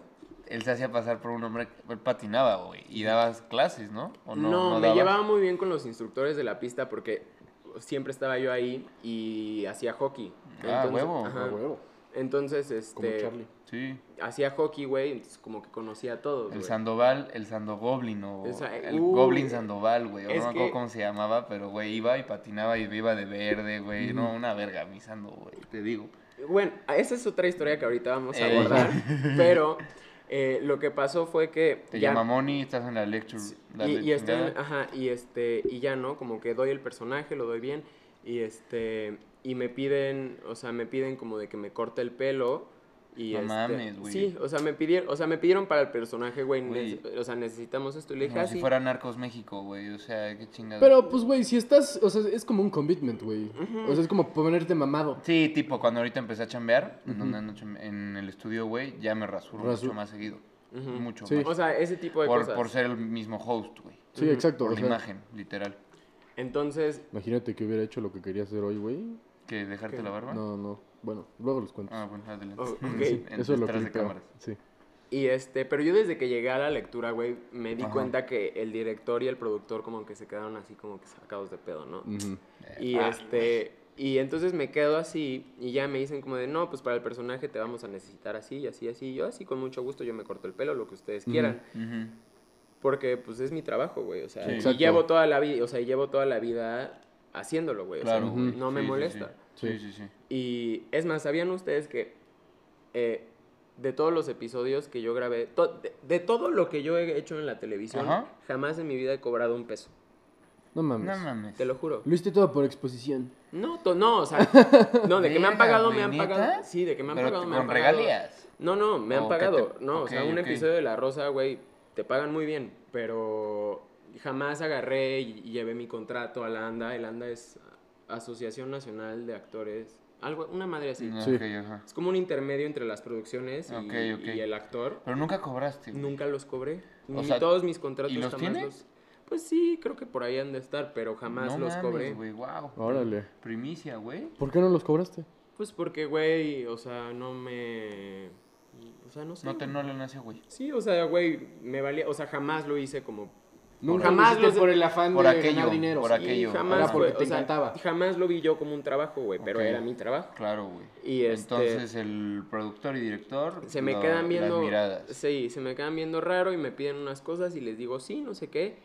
Él se hacía pasar por un hombre. Él patinaba, güey. Y dabas clases, ¿no? ¿O
No, me
dabas?
llevaba muy bien con los instructores de la pista porque siempre estaba yo ahí y hacía hockey.
Ah, huevo,
ajá.
A huevo.
Entonces,
Como
este,
Charlie.
Sí.
hacía hockey, güey, entonces como que conocía a todos,
El
güey.
Sandoval, el Sandogoblin o
El sa-
el
uh,
Goblin Sandoval, güey. o No
es
me acuerdo
que-
cómo se llamaba, pero güey, iba y patinaba y iba de verde, güey. No, una verga, mi Sando, güey, te digo. Eh.
Bueno, esa es otra historia que ahorita vamos a
Ey.
abordar, pero eh, lo que pasó fue que...
Te
ya-
llama Moni, estás en la lecture. la
y, y
le-
estoy-
chingada.
ajá, y este, y ya, ¿no? Como que doy el personaje, lo doy bien, y este, y me piden, o sea, me piden como de que me corte el pelo, y
No
este,
mames, güey.
Sí, o sea, me pidieron, o sea, me pidieron para el personaje, güey,
Güey.
nece- o sea, necesitamos esto, y le dije,
Como
ah,
si
sí.
fuera Narcos México, güey. O sea, qué chingada.
Pero, pues, güey, si estás. O sea, es como un commitment, güey. O sea, es como ponerte mamado.
Sí, tipo, cuando ahorita empecé a chambear, en, donde ando chambe- en el estudio, güey, ya me rasuro
Rasu-
mucho más seguido.
Ujú.
Mucho
Sí.
más.
O sea, ese tipo de
por,
cosas.
por ser el mismo host, güey.
Sí, exacto.
Por
o
la
sea,
imagen, literal.
Entonces,
Imagínate que hubiera hecho lo que quería hacer hoy, güey.
¿Que dejarte
¿Qué?
la barba?
No, no. Bueno, luego los cuento.
Ah, bueno, adelante.
Oh, ok.
En- en-
Eso es lo
detrás de
que.
cámaras.
Sí.
y este, pero yo desde que llegué a la lectura, güey, me di
Ajá.
cuenta que el director y el productor como que se quedaron así como que sacados de pedo, ¿no?
Ujú.
Y
Mm. Ah,
este y entonces me quedo así y ya me dicen como de, "No, pues para el personaje te vamos a necesitar así y así así." Yo así con mucho gusto yo me corto el pelo, lo que ustedes quieran,
Ujú.
porque pues es mi trabajo, güey, o sea,
Sí.
y
Exacto.
llevo toda la vida, o sea, y llevo toda la vida haciéndolo, güey, o sea,
Claro, güey.
no me
Sí, sí,
molesta.
Sí, sí, sí. sí.
Y es más, ¿sabían ustedes que eh, de todos los episodios que yo grabé, to- de, de todo lo que yo he hecho en la televisión,
Ajá.
jamás en mi vida he cobrado un peso?
No
No
mames.
mames.
Te lo juro.
Lo hiciste todo por exposición.
No, to- no, o sea, no, de que me
Verga,
han pagado,
güey,
me han
¿neta?
pagado. Sí, de que me han
Pero
pagado,
te-
me han
con
pagado.
regalías.
No, no, me han
¿O qué te-
pagado. No, o sea,
ok,
un
ok.
episodio de La Rosa, güey, te pagan muy bien, pero jamás agarré y, y llevé mi contrato a la ANDA. El ANDA es Asociación Nacional de Actores, algo, una madre así.
No,
Sí.
ok, ajá.
Es como un intermedio entre las producciones y,
Ok, ok.
y el actor.
Pero nunca cobraste. güey.
Nunca los cobré.
O
Ni
sea,
todos mis contratos
¿y los
jamás
tienes?
Pues sí, creo que por ahí han de estar, pero jamás
no
los
mames,
cobré.
güey, wow.
Órale.
Primicia, güey.
¿Por qué no los cobraste?
Pues porque, güey, o sea, no me... O sea, no sé.
No te no le nació, güey.
Sí, o sea, güey, me valía... O sea, jamás lo hice como...
Nunca
Jamás
lo hiciste
los-
por el afán
por
de
aquello,
ganar dinero.
por
Sí.
aquello.
Y jamás,
Era porque
fue-
te
o sea,
encantaba.
jamás lo vi yo como un trabajo, güey, pero
Ok.
era mi trabajo.
Claro, güey.
Y este-
Entonces el productor y director
Se me
lo-
quedan viendo...
las miradas.
Sí, se me quedan viendo raro y me piden unas cosas y les digo, sí, no sé qué.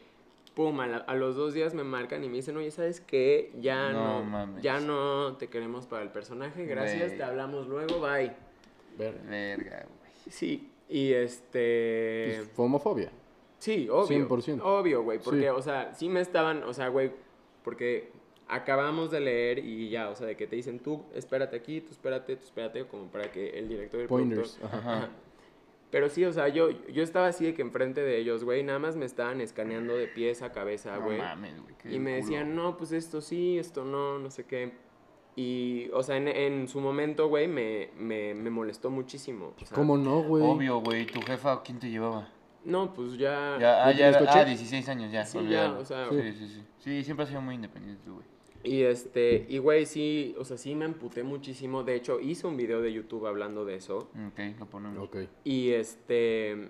Pum, a, la- a los dos días me marcan y me dicen, oye, ¿sabes qué? Ya
No
no,
mames.
ya no te queremos para el personaje, gracias,
Güey.
te hablamos luego, bye.
Ver.
Verga, güey.
Sí, y
Eh,
este...
Es homofobia.
Sí, obvio.
100%.
Obvio, güey, porque,
Sí.
o sea, sí me estaban, o sea, güey, porque acabamos de leer y ya, o sea, de que te dicen tú, espérate aquí, tú espérate, tú espérate, como para que el director y el
Pointers.
productor-
Ajá.
Ajá.
Pero sí, o sea, yo, yo estaba así de que enfrente de ellos, güey, nada más me estaban escaneando de pies a cabeza,
No
Ah, güey.
mames, güey. qué
y me
culo.
decían, no, pues esto sí, esto no, no sé qué. Y, o sea, en, en su momento, güey, me, me, me molestó muchísimo. o sea,
¿Cómo no, güey?
Obvio, güey. ¿Tu jefa quién te llevaba?
No, pues ya...
Ya, ah,
¿Ya
ya
tienes
era,
coche?
ah, 16 años ya.
Sí, ya,
olvídalo.
o sea,
sí, sí, sí. Sí, siempre has sido muy independiente, tú, güey.
Y este, y güey, sí, o sea, sí me amputé muchísimo. De hecho, hice un video de YouTube hablando de eso.
Ok, lo ponemos.
Ok.
Y este,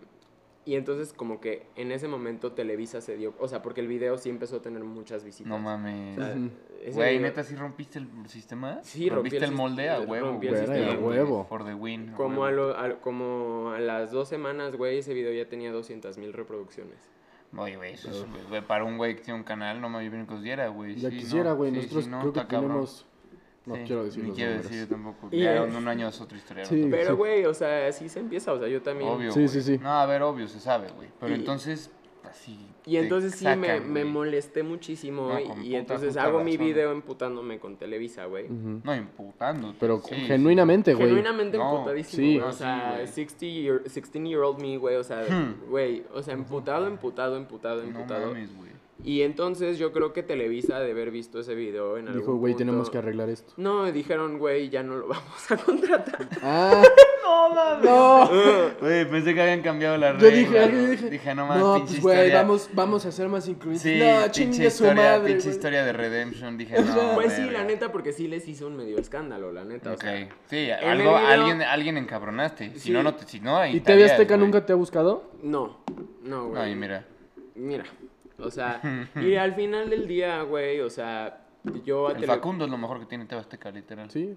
y entonces como que en ese momento Televisa se dio, o sea, porque el video sí empezó a tener muchas visitas.
No
O
mames.
sea,
Ujú.
ese
Güey,
video-
neta, ¿sí rompiste el sistema?
Sí, rompí
¿Rompiste
el
el
sis-
molde a huevo?
rompí el
güey.
sistema,
Sí,
güey.
huevo.
For the win.
Como a,
huevo.
lo- a- como a las dos semanas, güey, ese video ya tenía 200 mil reproducciones.
Oye, güey, eso es, güey, para un güey que tiene un canal, no me bien que os diera, güey.
Ya
Sí,
quisiera,
no,
güey.
sí,
Nosotros
sí, no,
creo que
está cabrón.
tenemos. No
Sí,
quiero decir
Ni
los
quiero
números.
decir yo tampoco.
Y
ya,
es-
en un año es otra historia.
Sí,
¿no?
Pero, güey, o sea, así se empieza, o sea, yo también...
Obvio.
Sí,
güey.
sí, sí.
No, a ver, obvio, se sabe, güey. Pero
Y-
entonces, así.
Y
te
entonces sí me,
sacan,
me
güey.
molesté muchísimo
No,
y-
con
y
puta,
entonces
puta
hago mi
razón. Mm,
video emputándome con Televisa, güey.
Ujú.
No, imputando.
Pero genuinamente, güey.
Genuinamente
este No,
emputadísimo,
sí.
güey, O
No, sí,
sea,
güey.
60 year- 16 year old me, güey. O sea,
Hmm.
güey. O sea, emputado, emputado, emputado,
No
emputado.
mames, güey.
y entonces yo creo que Televisa ha de haber visto ese video en algún
Dijo, güey, tenemos
punto".
que arreglar esto.
No, dijeron, güey, ya no lo vamos a contratar.
¡Ah!
No mames.
¡No!
Güey, pensé que habían cambiado la
Yo
regla.
dije, yo
güey.
dije.
Dije, no mames,
No,
pinche
pues, güey,
historia.
vamos, vamos a ser más incluyentes.
Sí,
no,
pinche
chingue su
historia,
madre.
pinche
güey.
historia de Redemption. Dije, no.
pues sí, la
verga.
neta, porque sí les hizo un medio escándalo, la neta. o
Ok.
sea.
Sí,
el
algo,
video-
alguien, alguien encabronaste. Si
Sí.
no, no te. Si no, ahí
¿Y TV
estarías,
Azteca
güey.
nunca te ha buscado?
no, no, güey.
Ay, mira.
Mira, o sea, y al final del día, güey, o sea, yo a
El
Tele-
Facundo es lo mejor que tiene TV Azteca, literal.
Sí.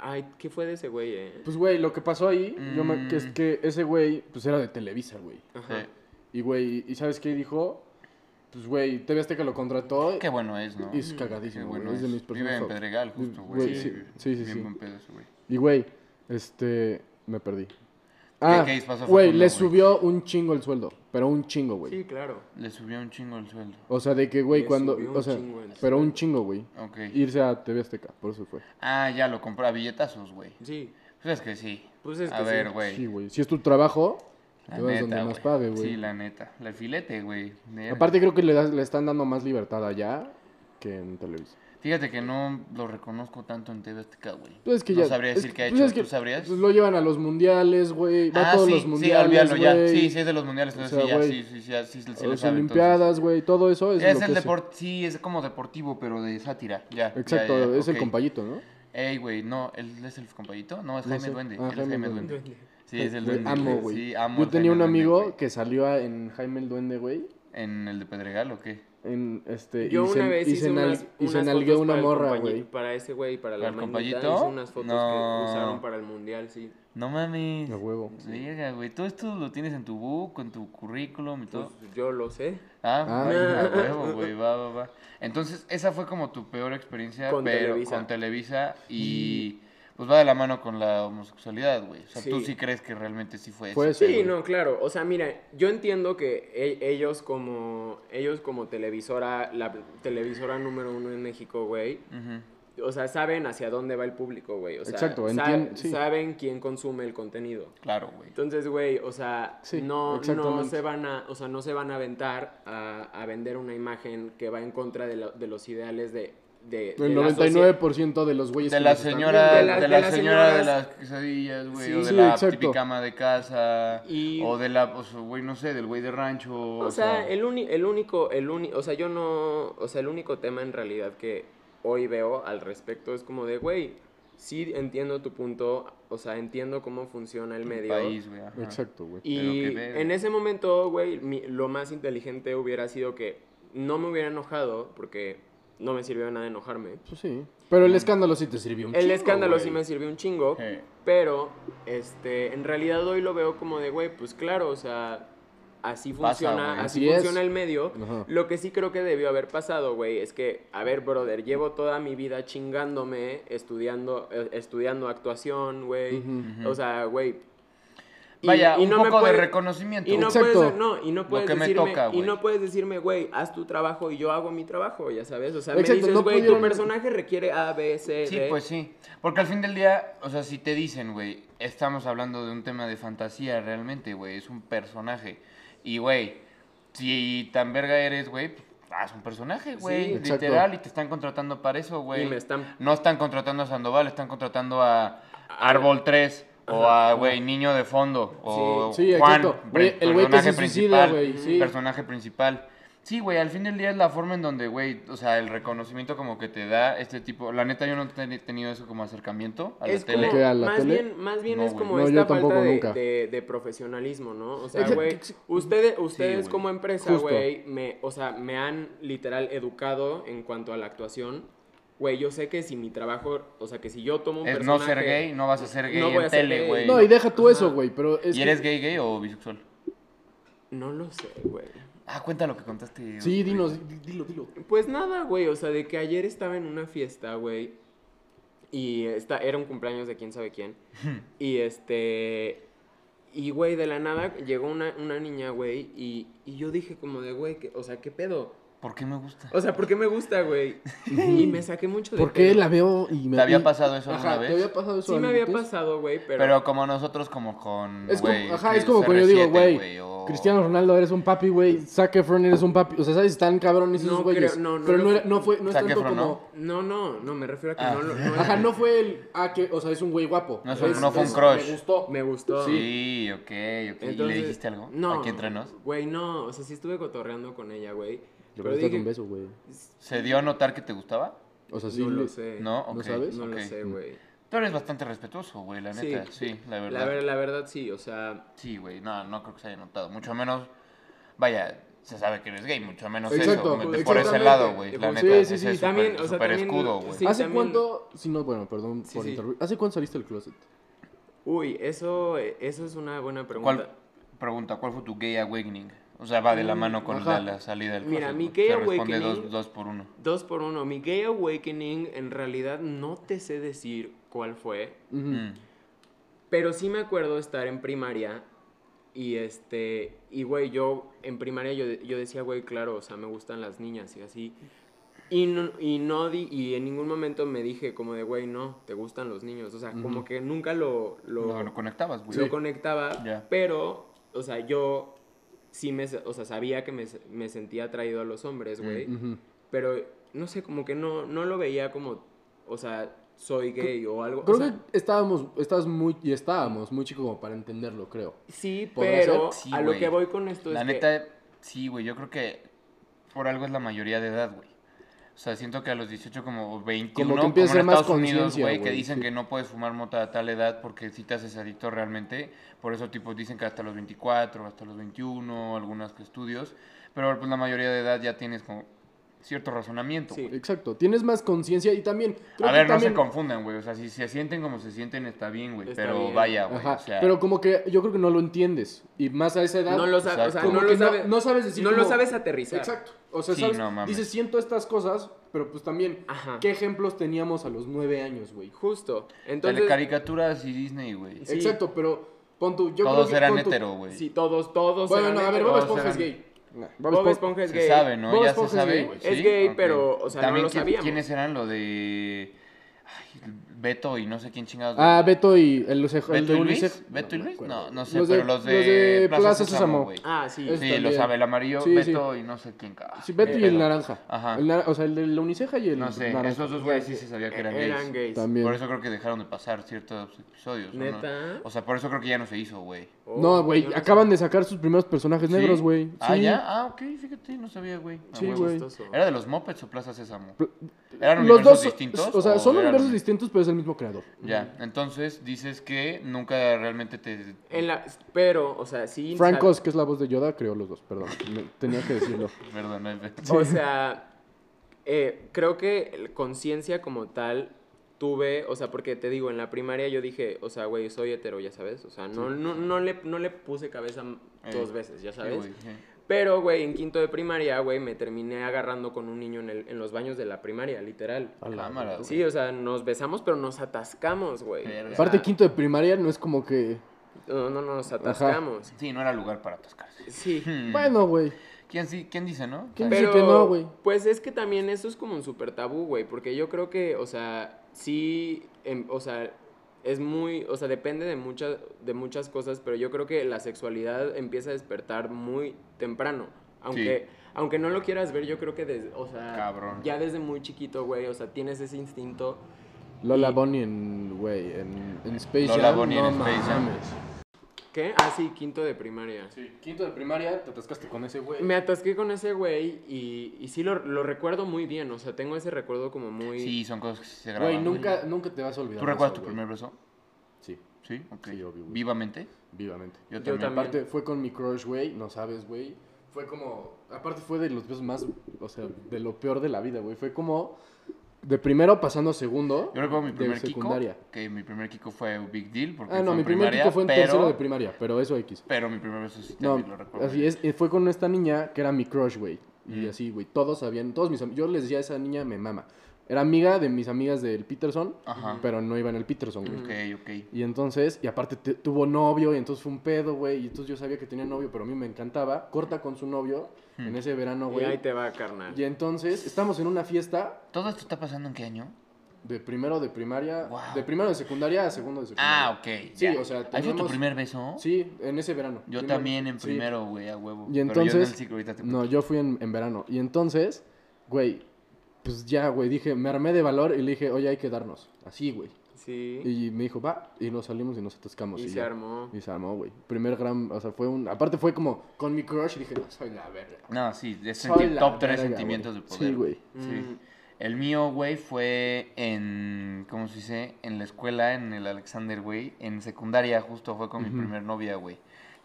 Ay, ¿qué fue de ese güey, eh?
Pues, güey, lo que pasó ahí yo me- que es
Mm.
que ese güey, pues era de Televisa, güey.
Ajá.
Sí.
Y, güey, ¿y sabes qué dijo? Pues, güey, TV Azteca lo contrató.
Qué bueno es, ¿no?
Y es
Qué
cagadísimo, güey.
bueno
es de mis
Vive
personajes.
en
favoritas.
Pedregal, justo, güey.
Güey, sí, sí, sí,
Bien
sí.
buen pedo ese güey.
Y, güey, este. Me perdí. Ah,
¿Qué- qué pasó? Fue
güey,
con
le
lo, güey.
subió un chingo el sueldo, pero un chingo, güey.
Sí, claro.
Le subió un chingo el sueldo.
O sea, de que, güey,
Le
cuando...
subió un
O sea,
chingo el
pero un chingo, güey.
Ok.
Irse a TV Azteca, por eso fue.
Ah, ya lo compró a billetazos, güey.
Sí.
Pues es que sí.
Pues es
a
que sí.
ver, güey.
Sí, güey. Si es tu trabajo,
La
te vas donde
neta, güey.
más pague, güey.
Sí, la neta. El filete, güey. De-
Aparte creo que le, das- le están dando más libertad allá que en Televisa.
Fíjate que no lo reconozco tanto en TV Azteca, güey.
Pues es que
no
ya...
sabría
es
decir qué ha
que-
hecho.
pues es que
¿Tú sabrías?
pues lo llevan a los mundiales, güey. Va
ah,
a todos
sí,
los
sí,
mundiales,
olvídalo
güey.
ya. Sí, sí es de los mundiales.
O
Entonces
sea,
sí,
güey.
ya, sí, sí, sí, ya, sí, sí, sí le
a las
sabe, entonces.
olimpiadas, güey. Todo eso es,
Ya Es,
lo que
el
es.
deporte, sí, es como deportivo, pero de sátira, ya. ya,
Exacto,
ya,
es el
ok.
compañito, ¿no?
Ey, güey, no, ¿él es el compañito? No, es
No
Jaime
sé.
Duende. él
Ah,
es
Jaime
Jaime
Duende.
Duende. Sí, es el
Güey,
Duende.
Amo,
güey.
güey.
Sí, amo
Yo
al
tenía un
Jaime Duende,
amigo
güey.
que salió a- en Jaime el Duende, güey.
¿En el de Pedregal o qué?
En este,
Yo
y
una
se,
vez
y
hice
se nal-
unas,
y se
unas
nalgueó
fotos
una
para el
morra,
compañi-
güey.
Para ese güey, para la
¿Para el
manita, hice
compañito?
unas fotos
No.
que usaron para el mundial, sí.
No mames.
A huevo.
Verga, güey. Todo esto lo tienes en tu book, en tu currículum y todo.
Pues yo lo sé.
Ah,
Ah.
bueno, a huevo, güey. Va, va, va. Entonces, esa fue como tu peor experiencia
Con
pero
Televisa.
con Televisa y pues va de la mano con la homosexualidad, güey. O sea, tú
Sí.
sí crees que realmente sí fue eso.
Fue eso,
Sí,
güey.
no, claro. O sea, mira, yo entiendo que e- ellos como ellos como televisora, la televisora número uno en México, güey,
Ujú.
o sea, saben hacia dónde va el público, güey. O sea,
Exacto,
sa-
entien- sí.
saben quién consume el contenido.
Claro, güey.
Entonces, güey, o sea,
Sí,
no, no
exactamente.
se van a, o sea, no se van a aventar a, a vender una imagen que va en contra de, la- de los ideales de, de, de
El
la
99% de los güeyes
De
que
la
nos están
señora, de
De
la,
la- de las
señora de
señoras.
las quesadillas, güey,
Sí.
o de
Sí,
la
exacto.
típica ama de casa,
Y-
o de la, o sea, güey, no sé, del güey de rancho, o,
O sea, el, uni- el único, el uni- o sea, yo no, o sea, el único tema en realidad que hoy veo al respecto es como de, güey, sí entiendo tu punto, o sea, entiendo cómo funciona el medio.
país, güey, ajá.
Exacto, güey.
Pero
Y
qué verga.
en ese momento, güey, mi- lo más inteligente hubiera sido que no me hubiera enojado, porque no me sirvió de nada enojarme.
Eso Pues sí. Pero el escándalo sí te sirvió un
El
chingo,
escándalo
güey.
sí me sirvió un chingo,
Sí.
pero este, en realidad hoy lo veo como de, güey, pues claro, o sea, así
Pasa,
funciona,
güey.
así,
Así es.
funciona el medio.
Ajá.
Lo que sí creo que debió haber pasado, güey, es que, a ver, brother, llevo toda mi vida chingándome, estudiando, eh, estudiando actuación, güey.
Ujú.
O sea, güey.
Vaya, un
me
poco de
puede-
reconocimiento.
y no
Exacto.
puedes, no, y no
Lo
puedes
que me
decirme,
toca,
y
güey.
no puedes decirme, güey, haz tu trabajo y yo hago mi trabajo, ya sabes. O sea,
Exacto,
me dices,
no
güey,
pudieron-
tu personaje requiere A, B, C,
Sí,
D.
pues sí. Porque al fin del día, o sea, si te dicen, güey, estamos hablando de un tema de fantasía realmente, güey, es un personaje. Y, güey, si tan verga eres, güey, pues, haz un personaje,
Sí,
güey,
exacto.
literal, y te están contratando para eso, güey.
Y me están-
No están contratando a Sandoval, están contratando a Árbol 3. O a, güey, niño de fondo. O
Sí, sí,
Juan,
exacto.
pre-
Güey, el güey que
personaje
se suicida,
principal,
güey, sí.
Personaje principal. Sí, güey, al fin del día es la forma en donde, güey, o sea, el reconocimiento como que te da este tipo. La neta, yo no he tenido eso como acercamiento a la
Es
tele.
como,
¿Que a la
más
tele?
bien, más bien
No,
es
güey.
como
No, yo
esta
tampoco,
falta de,
nunca.
de- de profesionalismo, ¿no? O sea,
Exacto.
güey, ustedes, ustedes
güey.
como empresa,
Justo.
güey, me, o sea, me han literal educado en cuanto a la actuación. Güey, yo sé que si mi trabajo, o sea, que si yo tomo un
Es no
personaje...
ser gay, no vas a ser gay
No voy
en
a ser
tele,
gay.
güey.
No, y deja tú eso,
Ajá.
güey, pero es
¿Y
que-
eres gay, gay o bisexual?
No lo sé, güey.
Ah, cuenta lo que contaste.
Sí, dinos, di- dilo, dilo.
Pues nada, güey, o sea, de que ayer estaba en una fiesta, güey, y esta, era un cumpleaños de quién sabe quién, y este, y güey, de la nada llegó una, una niña, güey, y, y yo dije como de, güey, que- o sea, ¿qué pedo?
¿Por qué me gusta?
O sea, ¿por qué me gusta, güey? y me saqué mucho de
¿Por qué
pedo.
la veo y me
¿Te había
y-
pasado eso alguna
Ajá,
vez?
¿Te había pasado eso
Sí me había
antes?
pasado, güey, pero...
Pero, como nosotros, como con.
Es como,
güey,
ajá,
Chris
es como cuando yo digo,
CR7,
güey,
o-
Cristiano Ronaldo eres un papi, güey, Zac Efron eres un papi, o sea, sabes, están cabrones esos
No
güeyes.
creo- no, no
pero
lo-
no, era- no fue, no es
Zac
tanto
Efron,
como,
¿no?
No, no, no, me refiero a que
Ah.
no, lo- no,
ajá, no fue el, ah, que, o sea, es un güey guapo.
No fue-
Es-
no fue un
es-
crush.
Me gustó.
me gustó.
Sí, ok, ok. ¿Y
Entonces,
le dijiste algo?
No.
Aquí entre nos.
Güey, no, o sea, sí estuve cotorreando con ella, güey.
Le
Pero
puedes dar
dije,
un beso, güey.
¿Se dio a notar que te gustaba?
O sea, sí.
no
le-
lo sé.
No,
¿No
ok,
sabes?
Eh, No
ok. Mm.
lo sé, güey.
Tú eres bastante respetuoso, güey, la
Sí.
neta. Sí, la verdad.
La, ver- la verdad sí, o sea,
Sí, güey, no, no creo que se haya notado. Mucho menos, vaya, se sabe que eres gay, mucho menos
Exacto,
eso.
pues,
por ese
exactamente.
lado, güey, la
Pues,
neta.
sí, sí,
ese
sí.
super-
También, o sea,
super
también,
escudo, güey.
sí.
¿Hace
también-
cuánto? Sí, no, bueno, perdón
Sí,
por
sí.
interrumpir. ¿Hace cuánto saliste del closet?
uy, eso, eso es una buena pregunta.
¿Cuál, pregunta, ¿cuál fue tu gay awakening? O sea, va de la mano con
ajá.
la, la salida del
Mira,
closet,
mi
güey.
gay
Se responde
awakening-
dos, dos por uno.
Dos por uno, mi gay awakening en realidad no te sé decir cuál fue,
Ujú.
Mm.
Pero sí me acuerdo estar en primaria y este, y güey, yo en primaria yo, de- yo decía, güey, claro, o sea, me gustan las niñas y así. Y no, y no di, y en ningún momento me dije como de, güey, no, te gustan los niños. O sea, como que nunca lo, lo,
No, lo conectabas, güey.
lo conectaba,
Ya.
pero, o sea, yo sí me, o sea, sabía que me, me sentía atraído a los hombres, güey.
Ujú.
Pero, no sé, como que no, no lo veía como, o sea, soy gay o algo. o
Creo
sea,
que estábamos, estás muy, y estábamos muy chico como para entenderlo, creo.
Sí,
¿Podría
pero
ser? Sí,
a lo
güey.
que voy con esto
La
es que...
neta, sí, güey, yo creo que por algo es la mayoría de edad, güey. O sea, siento que a los 18 como 21, como,
Como que empieza
en
a ser más
Estados Unidos,
conciencia,
güey, que
güey,
dicen
sí.
que no puedes fumar mota a tal edad porque si te haces adicto realmente. Por eso, tipo, dicen que hasta los 24, hasta los 21, algunos estudios. Pero pues la mayoría de edad ya tienes como cierto razonamiento.
Sí.
güey.
Exacto. Tienes más conciencia y también. creo
A
que
ver, no
también-
se confundan, güey. O sea, si se sienten como se sienten está bien, güey.
Está
Pero
bien.
vaya, güey.
Ajá,
o sea,
pero como que yo creo que no lo entiendes. Y más a esa edad.
No lo sabes, o sea,
Exacto.
no
como
lo
que
sabes...
no sabes decir.
no lo
como-
sabes aterrizar.
Exacto. O sea,
Sí,
sabes,
no mames.
dices, siento estas cosas, pero pues también,
Ajá.
¿qué ejemplos teníamos a los nueve años, güey?
Justo. Entonces,
Telecaricaturas y Disney, güey.
Sí.
Exacto, pero pon tu- Yo creo
Todos
que
eran
pon tu-
hetero, güey.
sí, todos, todos...
Bueno,
eran
no, a ver,
héteros,
Bob Esponja es
eran-
gay. Bob
Bob
Esponja-
Esponja es
Se
gay.
sabe, ¿no?
Bob
ya se
Esponja es
sabe.
gay, güey.
Es gay,
ok.
pero, o sea, no
También
lo
quién-
sabíamos.
¿Quiénes eran lo de. Ay, Beto y no sé quién chingados?
Ah, Beto y el, Lucejo- el
¿Beto
de
y Luis?
Unicef.
¿Beto y
me
Luis?
acuerdo.
No, no sé,
Los de-
pero los de,
los de Plaza Sésamo.
güey.
Ah, sí.
Es-
sí, los
también.
sabe, el amarillo,
Sí,
Beto y no sé quién. ah,
Sí, Beto
qué
y el
pedo.
naranja.
Ajá.
El nar- o sea, el de la uniceja y el
No sé,
naranja.
esos dos güeyes sí se sabía que eran,
Eran
gays.
gays.
También.
Por eso creo que dejaron de pasar ciertos episodios. ¿o no?
¿Neta?
O sea, por eso creo que ya no se hizo, güey.
Oh,
No, güey,
yo no
acaban de sacar sus primeros personajes
¿Sí?
negros, güey. Sí.
Ah, ya. Ah, ok, fíjate, no sabía, güey. Ah,
Sí,
huevo.
güey.
Chistoso.
¿Era de los Muppets o Plaza Sésamo? ¿Eran
Los
universos
dos
distintos?
O sea, son
eran-
universos distintos, pero es el mismo creador.
Ya, entonces dices que nunca realmente te...
En la, pero, o sea, sí.
Frank
sab-
Oz, que es la voz de Yoda, creó los dos, perdón. me- Tenía que decirlo.
Perdón, no es-
O sea, eh, creo que el- conciencia como tal tuve, o sea, porque te digo, en la primaria yo dije, o sea, güey, soy hetero, ya sabes. O sea, no, no, no, le, no le puse cabeza m-
Eh,
dos veces, ya
Sí,
sabes.
güey, sí.
Pero, güey, en quinto de primaria, güey, me terminé agarrando con un niño en, el- en los baños de la primaria, literal.
A la-
Cámara, Ah, güey.
Sí, o sea, nos besamos, pero nos atascamos, güey.
Verga.
O sea,
Aparte, quinto de primaria no es como que.
No, no, no, nos atascamos.
Sí, no era lugar para atascarse.
Sí.
Hmm.
Bueno, güey.
¿Quién, sí- quién dice, no?
¿Quién
Pero,
dice que no, güey?
pues es que también eso es como un super tabú, güey, porque yo creo que, o sea, sí, em, o sea, es muy, o sea, depende de muchas, de muchas cosas, pero yo creo que la sexualidad empieza a despertar muy temprano, aunque, aunque no lo quieras ver, yo creo que, desde, o sea,
Cabrón.
ya desde muy chiquito, güey, o sea, tienes ese instinto.
Lola
Y-
Bonnie en, güey, en, en Space
Lola
Jam,
Bunny
no
en Space Jam.
mames.
¿Qué? Ah, sí, quinto de primaria.
Sí, quinto de primaria te atascaste con ese güey.
Me atasqué con ese güey y, y sí lo, lo recuerdo muy bien, o sea, tengo ese recuerdo como muy...
Sí, son cosas que se graban.
Güey, nunca, nunca te vas a olvidar.
¿Tú
de
recuerdas tu
eso, güey.
primer beso?
Sí,
Sí, ok.
Sí, obvio, güey.
¿Vivamente?
vivamente.
Yo
Yo
también.
también.
Aparte, fue con mi crush, güey, no sabes, güey. Fue como. Aparte, fue de los besos más. O sea, de lo peor de la vida, güey. Fue como. De primero pasando a segundo.
Yo recuerdo mi
de
primer kiko,
secundaria.
que mi primer kiko fue un big deal, porque
Ah, no,
fue
mi
en
primer
primaria,
kiko fue en
pero,
tercero de primaria, pero eso X.
Pero mi primer beso sí
No,
también lo recuerdo.
así es, eh, fue con esta niña que era mi crush, güey. Y
Mm.
así, güey, todos sabían, todos mis amigos, yo les decía a esa niña, me mama. Era amiga de mis amigas del Peterson,
Ajá.
pero no iba en el Peterson, güey.
Ok, ok.
Y entonces, y aparte te- tuvo novio, y entonces fue un pedo, güey. Y entonces yo sabía que tenía novio, pero a mí me encantaba. Corta con su novio
Mm.
en ese verano,
Y ahí
güey.
te va, carnal.
Y entonces, estamos en una fiesta
¿Todo esto está pasando en qué año?
de primero de primaria,
Wow.
de primero de secundaria a segundo de secundaria.
Ah, ok.
Sí,
ya.
o sea,
¿Ahí fue tu
teníamos-
primer beso?
Sí, en ese verano.
Yo
Primero-
también en
sí.
primero, güey, a huevo.
Y
Pero yo en el
entonces,
ciclo ahorita te
no, yo fui en, en verano. Y entonces, güey, pues ya, güey, dije, me armé de valor y le dije, oye, hay que darnos. Así, güey.
Sí.
Y me dijo, va, y nos salimos y nos atascamos.
Y se
ya.
armó.
Y se armó, güey. Primer gran, o sea, fue un, aparte fue como, con mi crush, dije, no, soy la verga.
No, sí, es
Soy
senti-
la
top 3
verga,
sentimientos
güey.
de poder.
Sí, güey.
Sí.
Mm.
El mío, güey, fue en, ¿cómo se dice? En la escuela, en el Alexander, güey. En secundaria justo fue con mi primer novia, güey.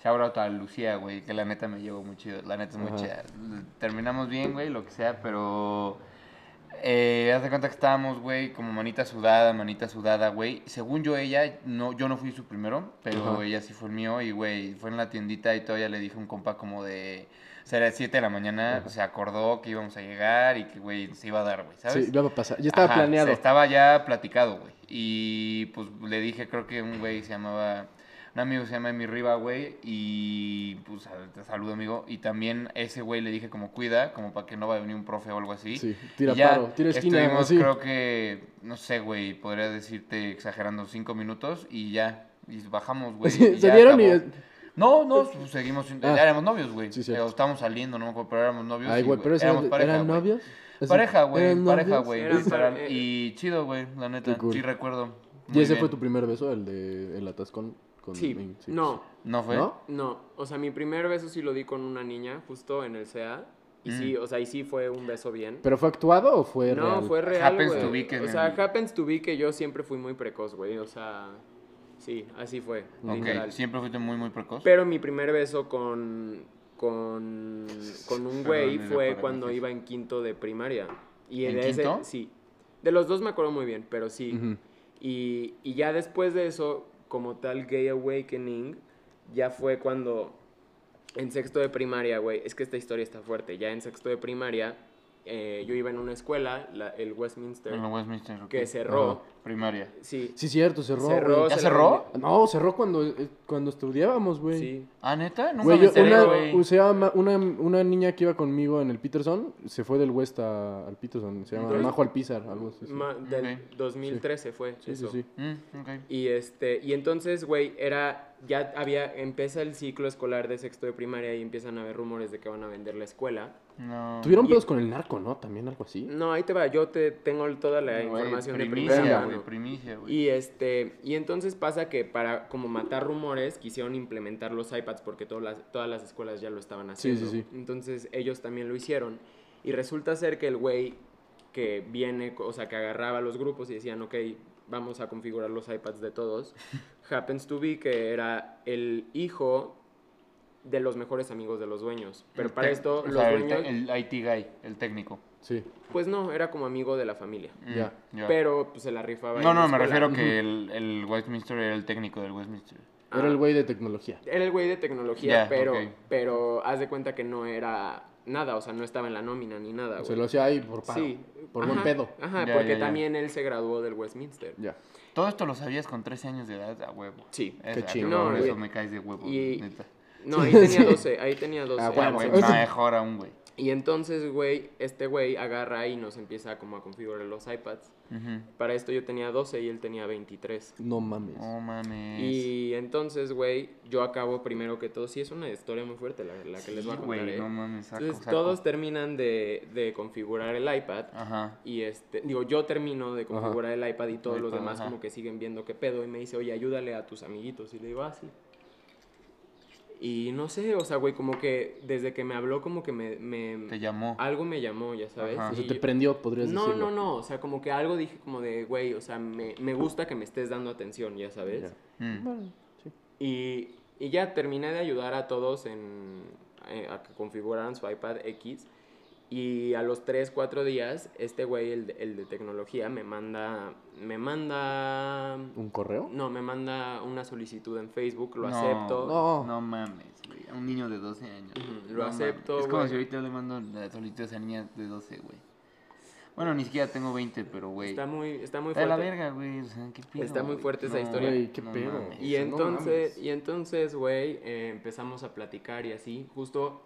Shout out a Lucía, güey, que la neta me llevó muy chido. La neta es muy
Ajá.
chida. Terminamos bien, güey, lo que sea, pero... eh, haz de cuenta que estábamos, güey, como manita sudada, manita sudada, güey. Según yo, ella, no, yo no fui su primero, pero
Ajá.
ella sí fue el mío. Y, güey, fue en la tiendita y todavía le dije a un compa como de... O sea, era 7 de la mañana, se acordó que íbamos a llegar y que, güey, se iba a dar, güey, ¿sabes?
Sí, iba a pasar. Ya estaba
Ajá,
planeado.
se estaba ya platicado, güey. Y pues le dije, creo que un güey se llamaba. Un amigo se llama Emi Riva, güey. Y pues al- te saludo, amigo. Y también ese güey le dije, como cuida, como para que no vaya a venir un profe o algo así.
Sí, tira
Y ya
paro, tira esquina.
Estuvimos,
así.
creo que, no sé, güey, podría decirte exagerando cinco minutos y ya. Y bajamos, güey.
Sí,
y
se
ya
dieron y-
acabó. No, no, pues, seguimos. sin-
Ah.
ya éramos novios, güey.
Sí, cierto.
pero estábamos saliendo, no me acuerdo, pero éramos novios.
Ay,
y,
güey, pero eso
éramos
era-
pareja,
¿eran
güey.
novios? Así,
Pareja, güey,
¿eran
pareja,
novios?
güey,
Eran
literal.
pare-
Y chido, güey, la neta,
Qué cool.
sí recuerdo.
¿Y
Muy
ese fue
bien.
tu primer beso, el de el atascón? Con
Sí,
Ming?
no,
¿No fue?
¿No?
no. O sea, mi primer beso sí lo di con una niña, justo en el CEA. Y
Mm.
sí, o sea, y sí fue un beso bien.
¿Pero fue actuado o fue
no,
real?
fue real,
Happens
güey.
to be que en
O sea,
el-
happens to be que yo siempre fui muy precoz, güey. O sea, sí, así fue,
Ok,
literal.
siempre fuiste muy, muy precoz.
Pero mi primer beso con, con, con un
Ah,
Perdón,
güey
mira,
fue
para
cuando
mí.
iba en quinto de primaria. Y
¿En
de ese-
quinto?
sí. De los dos me acuerdo muy bien, pero sí.
Ujú.
Y, y ya después de eso, como tal Gay Awakening, ya fue cuando en sexto de primaria, güey, es que esta historia está fuerte, ya en sexto de primaria eh, yo iba en una escuela, la- el Westminster,
En la Westminster, ok.
que cerró,
Ajá.
Primaria.
sí,
Sí, cierto, cerró.
cerró.
güey.
¿Ya
se la
cerró?
No, cerró cuando, eh, cuando estudiábamos, güey.
condi- Sí.
Ah, neta, nunca
Güey,
me
yo-
enteré,
una,
güey.
se llama- una, una niña que iba conmigo en el Peterson se fue del West a- al Peterson. Se llama
Entonces-
Majo Alpizar, algo así. sí.
Ma- del
Ok.
2013 fue
Sí, sí,
eso.
sí.
Mm, ok.
Y este, y entonces, güey, era, ya había, empieza el ciclo escolar de sexto de primaria y empiezan a haber rumores de que van a vender la escuela.
No.
Tuvieron
Y- Mm.
pedos con el narco, ¿no? También algo así.
No, ahí te va, yo te tengo toda la
Güey,
información de primera
primicia,
mano.
güey, primicia, güey.
Y este, y entonces pasa que para como matar rumores quisieron implementar los iPads porque todas las, todas las escuelas ya lo estaban haciendo.
sí, sí.
Entonces ellos también lo hicieron y resulta ser que el güey que viene, o sea, que agarraba los grupos y decían, ok, vamos a configurar los iPads de todos, happens to be que era el hijo de los mejores amigos de los dueños. Pero
El
para
tec-
esto,
o
los
sea, el,
dueños,
te- el IT guy, el técnico.
Sí.
pues no, era como amigo de la familia.
Mm,
Ya.
ya.
Pero pues se la rifaba.
No,
en la
no, me
escuela.
refiero que el, el Westminster era el técnico del Westminster.
Era
Ah.
el güey de tecnología.
Era el güey de tecnología,
Ya,
pero,
ok.
pero haz de cuenta que no era nada, o sea, no estaba en la nómina ni nada, Ah, güey.
Se lo hacía ahí por paro.
Sí.
Por
Ajá,
buen pedo.
Ajá,
Ya,
porque
ya, ya.
también él se graduó del Westminster.
Ya.
Todo esto lo sabías con 13 años de edad, a huevo.
Sí.
Es-
Qué
a
chingón,
huevo,
No,
Eso
güey.
me caes de huevo,
Y-
neta.
No, ahí tenía 12, ahí tenía 12.
Ah,
Ah,
Bueno,
güey,
sí.
mejor aún, güey.
Y entonces, güey, este güey agarra y nos empieza como a configurar los iPads.
Ujú.
Para esto yo tenía 12 y él tenía 23.
No mames.
Oh, mames.
Y entonces, güey, yo acabo primero que todo. Sí, es una historia muy fuerte la, la que
Sí,
les voy a contar.
güey,
¿eh?
no mames, saco,
entonces,
saco.
todos terminan de, de configurar el iPad.
Ajá.
Y este, digo, yo termino de configurar el iPad y todos los
iPad,
demás
ajá.
como que siguen viendo qué pedo y me dice, oye, ayúdale a tus amiguitos. Y le digo, ah, sí. Y no sé, o sea, güey, como que desde que me habló como que me... me-
Te llamó.
algo me llamó, ya sabes.
Ajá.
O
O
sea,
y-
te prendió, podrías
no,
decirlo.
no, no, o sea, como que algo dije como de, güey, o sea, me, me gusta que me estés dando atención, ya sabes.
Ya.
Mm.
Bueno, sí.
Y, y ya terminé de ayudar a todos en, eh, a que configuraran su iPad X. Y a los 3, 4 días, este güey, el, de- el de tecnología, me manda... Me manda...
¿Un correo?
No, me manda una solicitud en Facebook, lo
No,
acepto.
No.
No.
mames, güey. A un niño de 12 años.
Ujú,
güey,
lo
no
acepto,
mames. Es como
güey.
si ahorita le mando la solicitud a esa niña de 12, güey. Bueno, ni siquiera tengo 20, pero, güey.
Está
Está,
muy, está muy
de
fuerte.
la verga, güey. O sea, qué pedo,
Está muy
güey.
fuerte esa historia.
Güey, qué pedo.
mames.
Y
Eso, no
entonces,
mames.
y entonces, güey, eh, empezamos a platicar y así. Justo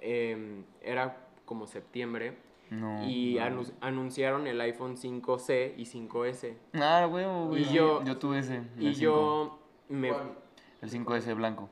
eh, era como septiembre
Ah, No,
y
mames.
anu- anunciaron el iPhone 5C y 5S.
Ah, huevo, güey.
Y yo-
Yo tuve ese.
Y
el
yo me...
cinco, El 5S blanco.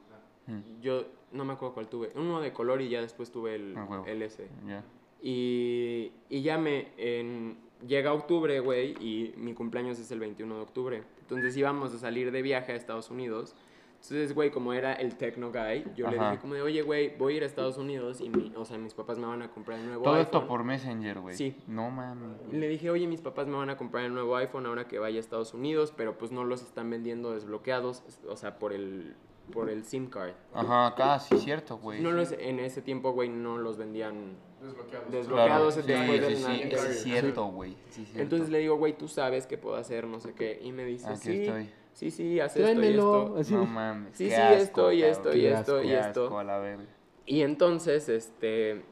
Mm,
Yo no me acuerdo cuál tuve. Uno de color y ya después tuve el,
Ah, huevo.
el S.
Ya.
Y, y ya me... en- llega octubre, güey, y mi cumpleaños es el 21 de octubre. Entonces íbamos a salir de viaje a Estados Unidos. Entonces, güey, como era el techno guy, yo le
Ajá.
dije como de, oye, güey, voy a ir a Estados Unidos y, mi- o sea, mis papás me van a comprar el nuevo
Todo
iPhone.
esto por Messenger, güey.
Sí.
No mames.
Le dije, oye, mis papás me van a comprar el nuevo iPhone ahora que vaya a Estados Unidos, pero pues no los están vendiendo desbloqueados, o sea, por el, por el SIM card.
Ajá, casi, cierto, güey.
No los, en ese tiempo, güey, no los vendían
Desbloqueados.
Desbloqueados
sí,
después
sí,
del
sí,
nightmare.
eso es
Sí.
cierto, güey. Sí, es cierto.
Entonces le digo, güey, tú sabes qué puedo hacer, no sé qué. Y me dice,
Aquí
sí,
estoy.
sí, sí, haz esto y
Tráemelo.
esto.
Así.
No mames.
Sí,
qué
sí,
asco,
esto y
cabrón.
esto y
Qué
esto y
Qué asco,
esto.
a la verga.
Y entonces, este,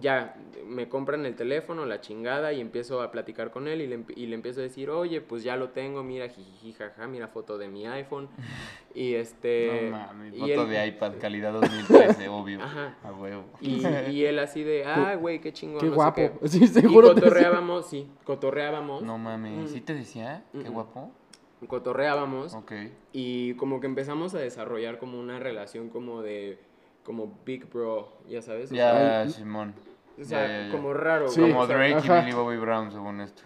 ya, me compran el teléfono, la chingada, y empiezo a platicar con él y le, emp- y le empiezo a decir, oye, pues ya lo tengo, mira, jijiji, jaja, mira foto de mi iPhone. Y este...
No mames.
y
Foto
él-
de iPad, calidad 2013, obvio.
Ajá.
A huevo.
Y, y él así de, ah, güey, qué chingón.
Qué
no sé
guapo.
qué".
Sí,
Y
seguro. te-
cotorreábamos, sí, cotorreábamos,
No mames.
Mm.
¿Sí te decía? Qué
Mm-mm.
guapo.
cotorreábamos.
Ok.
Y como que empezamos a desarrollar como una relación como de, como Big Bro, ya sabes. O sea,
Ya, Simón.
o sea,
ya, ya, ya.
como raro.
Sí.
güey,
Como
o sea,
Drake
ajá.
y Millie Bobby Brown, según esto.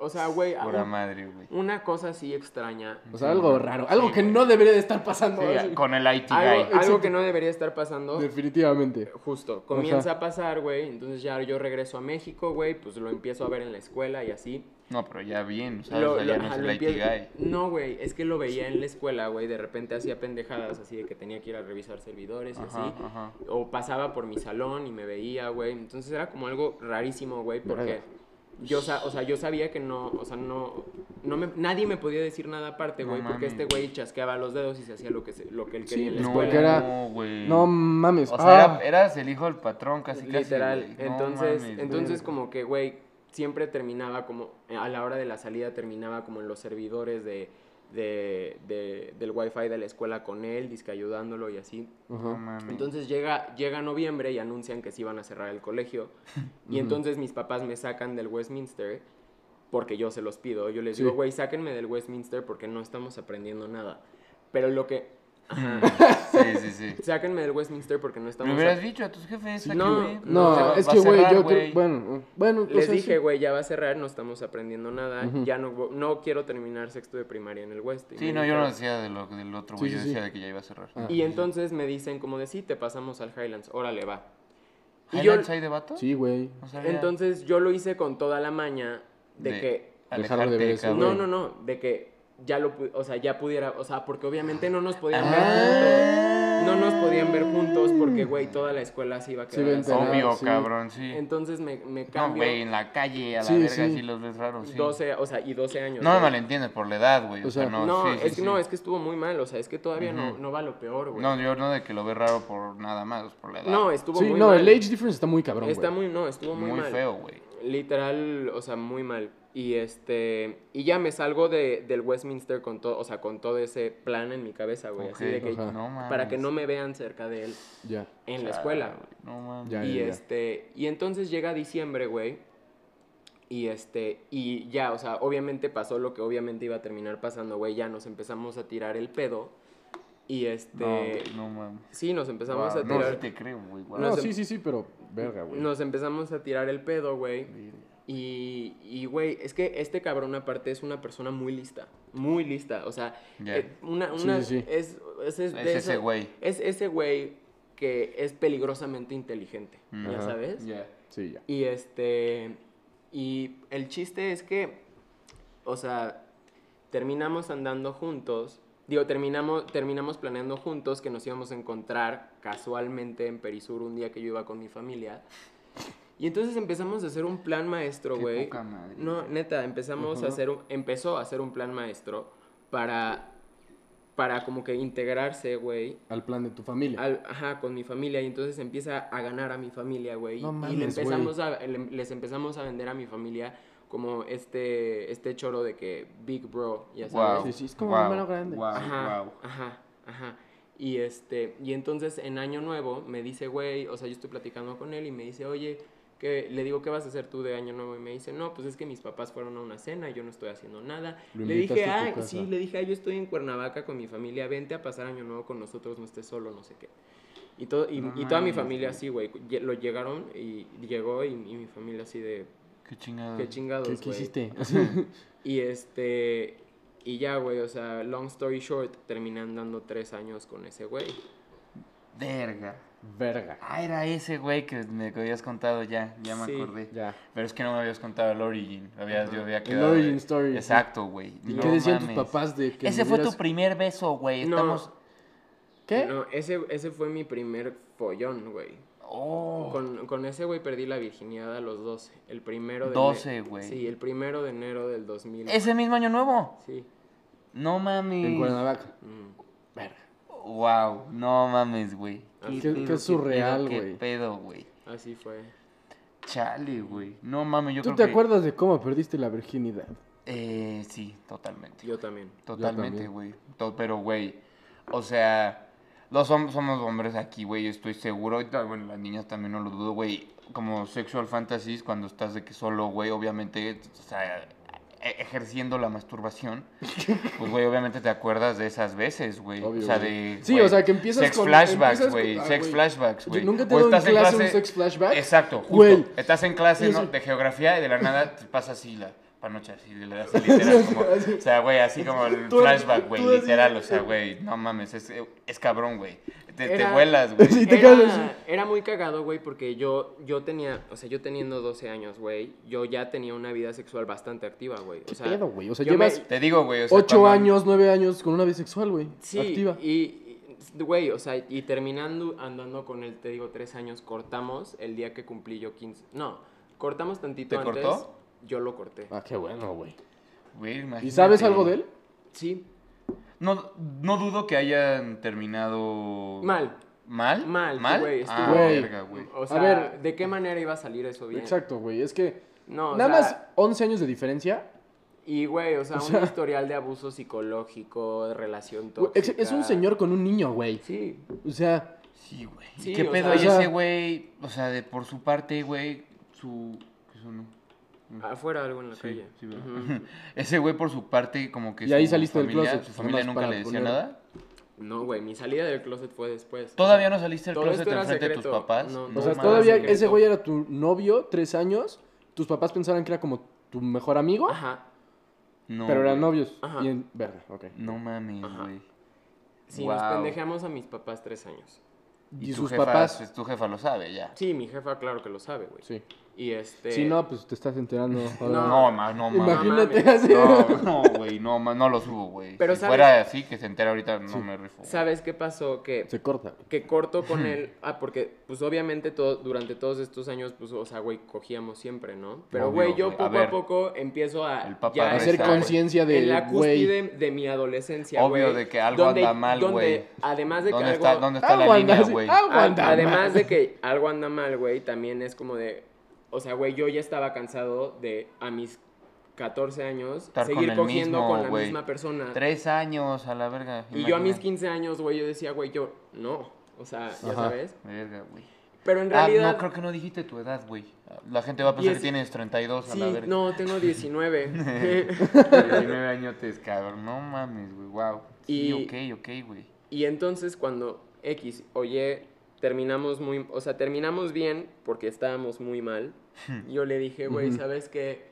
O sea, güey,
Pura
un-
madre, güey.
una cosa así extraña.
O sea, algo raro. Algo que no debería de estar pasando.
Sí,
así.
con el IT
Algo,
guy.
algo que no debería estar pasando.
Definitivamente.
Justo, comienza a pasar, güey. Entonces ya yo regreso a México, güey. Pues lo empiezo a ver en la escuela y así.
No, pero ya bien, ¿sabes?
Lo-
o sea, ya
lo-
no
ajá,
es
lo
el IT
empie-
guy.
No, güey, es que lo veía en la escuela, güey, de repente hacía pendejadas así de que tenía que ir a revisar servidores y
Ajá,
así.
ajá.
O pasaba por mi salón y me veía, güey. Entonces era como algo rarísimo, güey, porque
Verga.
yo, sa- o sea, yo sabía que no, o sea, no, no me- nadie me podía decir nada aparte,
No
güey, porque
mames.
este güey chasqueaba los dedos y se hacía lo que, se- lo que él
Sí,
quería en la
No,
escuela.
porque era-
Mm.
güey.
No mames.
O sea,
Ah.
era- eras el hijo del patrón, casi casi.
Literal.
güey. No
entonces,
mames,
entonces
verga.
como que, güey, siempre terminaba como, eh, a la hora de la salida terminaba como en los servidores de, de, de- del wifi de la escuela con él, disque ayudándolo y así.
No
Ajá.
mames.
Entonces llega, llega noviembre y anuncian que se iban a cerrar el colegio. y
Ujú.
entonces mis papás me sacan del Westminster porque yo se los pido. Yo les
Sí.
digo, güey, sáquenme del Westminster porque no estamos aprendiendo nada. Pero lo que...
sí, sí, sí.
Sáquenme del Westminster porque no
Me
estamos...
hubieras
ap-
dicho a tus jefes.
No,
sáquenme,
No,
se va-
es
va
que,
a
güey,
cerrar,
yo
güey.
creo. Bueno, eh, bueno. pues,
Les
así.
dije, güey, ya va a cerrar, no estamos aprendiendo nada,
Ujú.
ya no, vo- no quiero terminar sexto de primaria en el West. Y
Sí,
me
no, yo no
dijeron-
decía de lo, del otro,
Sí,
güey.
sí,
yo
sí.
decía de que ya iba a cerrar.
Ah.
Y entonces me dicen como de, sí, te pasamos al Highlands, órale, va. Y yo,
¿Highlights hay de vato?
Sí, güey.
O sea, Ah, ya-
entonces yo lo hice con toda la maña de,
De-
que,
Dejarlo de
alejarte,
ver eso,
cabrón.
no,
güey.
no, no, de que ya lo, pu- o sea, ya pudiera, o sea, porque obviamente no nos podían ver
Ah.
juntos, no nos podían ver juntos porque, güey, toda la escuela se iba a
Sí,
quedar
vente.
así.
Obvio,
Sí.
cabrón, sí.
Entonces me, me
No,
cambio
güey, en la calle, a la
Sí,
verga,
sí.
sí. los ves raros, sí.
12, o sea, y 12 años.
No me
güey.
malentiendes por la edad, güey.
O
O sea,
sea,
no,
No,
sí, sí,
es que
sí.
no, es que estuvo muy mal, o sea, es que todavía no,
Ujú.
no va lo peor, güey.
No, yo no de que lo ve raro por nada más, por la edad.
No, estuvo
Sí,
muy
no,
mal.
el age difference está muy cabrón.
Está
güey.
muy, no, estuvo muy,
muy,
mal.
feo, güey.
Literal, o sea, muy mal. Y este, y ya me salgo de, del Westminster con todo, o sea, con todo ese plan en mi cabeza, güey, así
Ok,
de que
ajá.
no mames.
para que no me vean cerca de él
Ya.
en la escuela.
No mames.
Ya,
y
ya, ya.
este, y entonces llega diciembre, güey. Y este, y ya, o sea, obviamente pasó lo que obviamente iba a terminar pasando, güey, ya nos empezamos a tirar el pedo. Y
No,
este,
no mames.
Sí, nos empezamos
Wow,
a
No, sí
tirar.
te creo, güey. wow.
No,
Nos-
sí, sí, sí, pero verga, güey.
nos empezamos a tirar el pedo, güey. Y, y, güey, es que este cabrón aparte es una persona muy lista. Muy lista. O sea,
Ya.
eh, una,
Sí,
una-
sí, sí.
Es, es, es
Es
de
ese
eso-
güey.
Es ese güey que es peligrosamente inteligente.
Mm.
Ya
Ajá.
sabes.
Sí, ya.
Y este. Y el chiste es que. O sea, terminamos andando juntos. Digo, terminamos, terminamos planeando juntos que nos íbamos a encontrar casualmente en Perisur un día que yo iba con mi familia. Y entonces empezamos a hacer un plan maestro,
Qué
güey.
poca madre.
No, neta, empezamos a
Ujú.
hacer un, empezó a hacer un plan maestro para, para como que integrarse, güey,
Al plan de tu familia.
al- ajá, con mi familia y entonces empieza a ganar a mi familia, güey.
No
y le
mames,
empezamos a, le- les empezamos a vender a mi familia como este, este choro de que Big Bro, ya sabes.
Wow.
Sí, sí, es como
wow,
un mano grande.
Wow,
Ajá,
wow.
ajá, ajá. Y este, y entonces en año nuevo me dice, güey, o sea, yo estoy platicando con él y me dice, oye, que le digo, ¿qué vas a hacer tú de año nuevo? Y me dice, no, pues es que mis papás fueron a una cena, yo no estoy haciendo nada.
Lo
Le
invitaste
dije,
a tu
ah,
casa.
sí, le dije, ah, yo estoy en Cuernavaca con mi familia, vente a pasar año nuevo con nosotros, no estés solo, no sé qué. Y, todo, y,
No
y toda mi
mames,
familia
güey.
así, güey, lle- lo llegaron y llegó y, y mi familia así de,
Ah, Qué chingado.
qué chingados,
¿Qué,
güey.
qué hiciste?
Y este. Y ya, güey, o sea, long story short, terminé andando tres años con ese güey.
Verga.
verga.
Ah, era ese güey que me que habías contado ya. Ya me
Sí.
acordé.
Ya.
Pero es que no me habías contado el origin. Habías, yo había
El
quedado.
origin
de-
story.
Exacto, güey.
¿Y
No
qué decían tus
mames.
papás de que
Ese
me
fue
hubieras-
tu primer beso, güey.
No.
Estamos.
¿Qué?
No, ese, ese fue mi primer follón, güey.
Oh.
Con, con ese güey perdí la virginidad a los 12. El primero de
12,
ene-
güey.
Sí, el primero de enero del 2000.
Ese mismo año nuevo.
Sí.
No
En
mames.
Cuernavaca.
Mm.
Wow, no mames, güey.
Qué-
pedo,
qué
pedo,
surreal,
qué
güey.
pedo, güey.
Así fue.
Chale, güey. No mames, yo
¿Tú
creo
te
que-
acuerdas de cómo perdiste la virginidad?
Eh, sí, totalmente.
Yo también.
Totalmente,
también.
güey. To- Pero, güey, o sea, los hom- somos hombres aquí, güey, yo estoy seguro. Y tal, bueno, las niñas también no lo dudo, güey. Como sexual fantasies, cuando estás de que solo, güey, obviamente, t- o sea, e- ejerciendo la masturbación, pues, güey, obviamente te acuerdas de esas veces, güey. O
Obvio,
sea,
güey.
de.
Sí,
güey,
o sea, que empiezas
Sex
con-
flashbacks,
empiezas con-
güey.
ah,
sex
güey.
flashbacks,
Yo-
güey.
¿nunca te
O
ha dado en
estás
clase un sex flashback?
Exacto, justo.
Güey.
Estás en clase
Y
¿no?
eso-
de geografía y de la nada te pasa así la panocha, así de la das literal. como, o sea, güey, así como el
Tú-
flashback, güey,
tú así-
literal. O sea, güey, no mames, es, es cabrón, güey. Te, te
Era-
vuelas, güey.
Sí, Y te quedas así.
era, era muy cagado, güey, porque yo, yo tenía, o sea, yo teniendo 12 años, güey, yo ya tenía una vida sexual bastante activa, güey. O sea,
pedo, güey? O sea,
yo me-
llevas-
Te digo, güey. O sea,
Ocho
cuando-
años, nueve años con una bisexual, güey.
sí,
Activa.
Y, y, güey, o sea, y terminando andando con él, te digo, tres años, cortamos el día que cumplí yo 15. No, cortamos tantito
¿Te
antes.
cortó?
Yo lo corté.
Ah, qué bueno, güey.
Güey,
¿Y
imagínate.
sabes algo de él?
Sí,
No, no dudo que hayan terminado.
mal.
¿Mal?
Mal,
¿Mal?
güey,
Ah,
estuvo-
Güey.
verga, güey.
O sea,
ver.
¿de qué manera iba a salir eso bien?
Exacto, güey. Es que
No, o
nada
sea,
más 11 años de diferencia.
Y, güey, o sea,
O
un
sea-
historial de abuso psicológico, de relación
güey,
tóxica.
Es, es un señor con un niño, güey.
Sí,
O sea,
Sí, güey. ¿Y
Sí,
¿Qué
o
pedo?
sea-
Y
O sea-
ese güey, o sea, de por su parte, güey, su. ¿Qué sonó?
afuera algo en la
Sí,
calle.
sí, ¿verdad?
Ujú.
Ese güey por su parte como que
Y ahí
su
saliste del
familia,
closet,
su familia
nomás
nunca
para
le decía
poner-
nada.
No, güey, mi salida del closet fue después.
Todavía no saliste del
todo
closet
esto era
enfrente de tus
secreto.
papás.
No,
o
no
sea,
mames,
todavía
secreto.
ese güey era tu novio, tres años. Tus papás pensaban que era como tu mejor amigo,
Ajá,
No,
pero eran
güey.
novios.
Ah, Ajá.
Y en verga, ok.
No mames,
Ajá.
güey.
sí, nos
Guau.
pendejamos a mis papás tres años.
Y,
tu
sus
jefa-
papás.
Tu jefa lo sabe ya.
Sí, mi jefa, claro que lo sabe, güey.
Sí.
Y este...
Si no, pues te estás enterando. ahora.
No, ma- no mames.
Imagínate
mames.
así.
No, no, güey, no, ma- no lo subo, güey.
Pero
si
¿sabes?
fuera así, que se entera ahorita, no me rifo. güey.
¿Sabes qué pasó? Que
Se corta. güey.
que corto con él, ah, porque pues obviamente todo, durante todos estos años, pues, o sea, güey, cogíamos siempre, ¿no? Pero,
Obvio,
güey, yo
güey. A
poco a,
ver,
poco empiezo a
el papá
ya
reza,
estar,
Hacer
güey,
conciencia de,
En la
güey.
cúspide de mi adolescencia,
Obvio
güey,
de que algo
donde-
anda mal,
donde,
güey.
Además de Ah, que
¿Dónde
algo...
está, dónde está la
Algo anda
línea,
así,
güey?
algo
a-
anda mal.
además de que algo anda mal, güey, también es como de... O sea, güey, yo ya estaba cansado de a mis 14 años
Estar con
seguir
el
cogiendo
mismo,
con la
güey.
misma persona.
Tres años a la verga.
y yo a mis
imagínate.
15 años, güey, yo decía, güey, yo no. O sea, ya
Ajá.
sabes.
Verga, güey.
Pero en
Ah,
realidad...
no, creo que no dijiste tu edad, güey. La gente va a pensar
Diez-
que tienes 32 a
Sí,
la verga.
no, tengo 19.
19 añotes, cabrón. No mames, güey. Wow. Sí,
Y-
ok, ok, güey.
y entonces cuando X, oye, terminamos muy, o sea, terminamos bien porque estábamos muy mal. Yo le dije, güey,
Ujú.
¿sabes qué?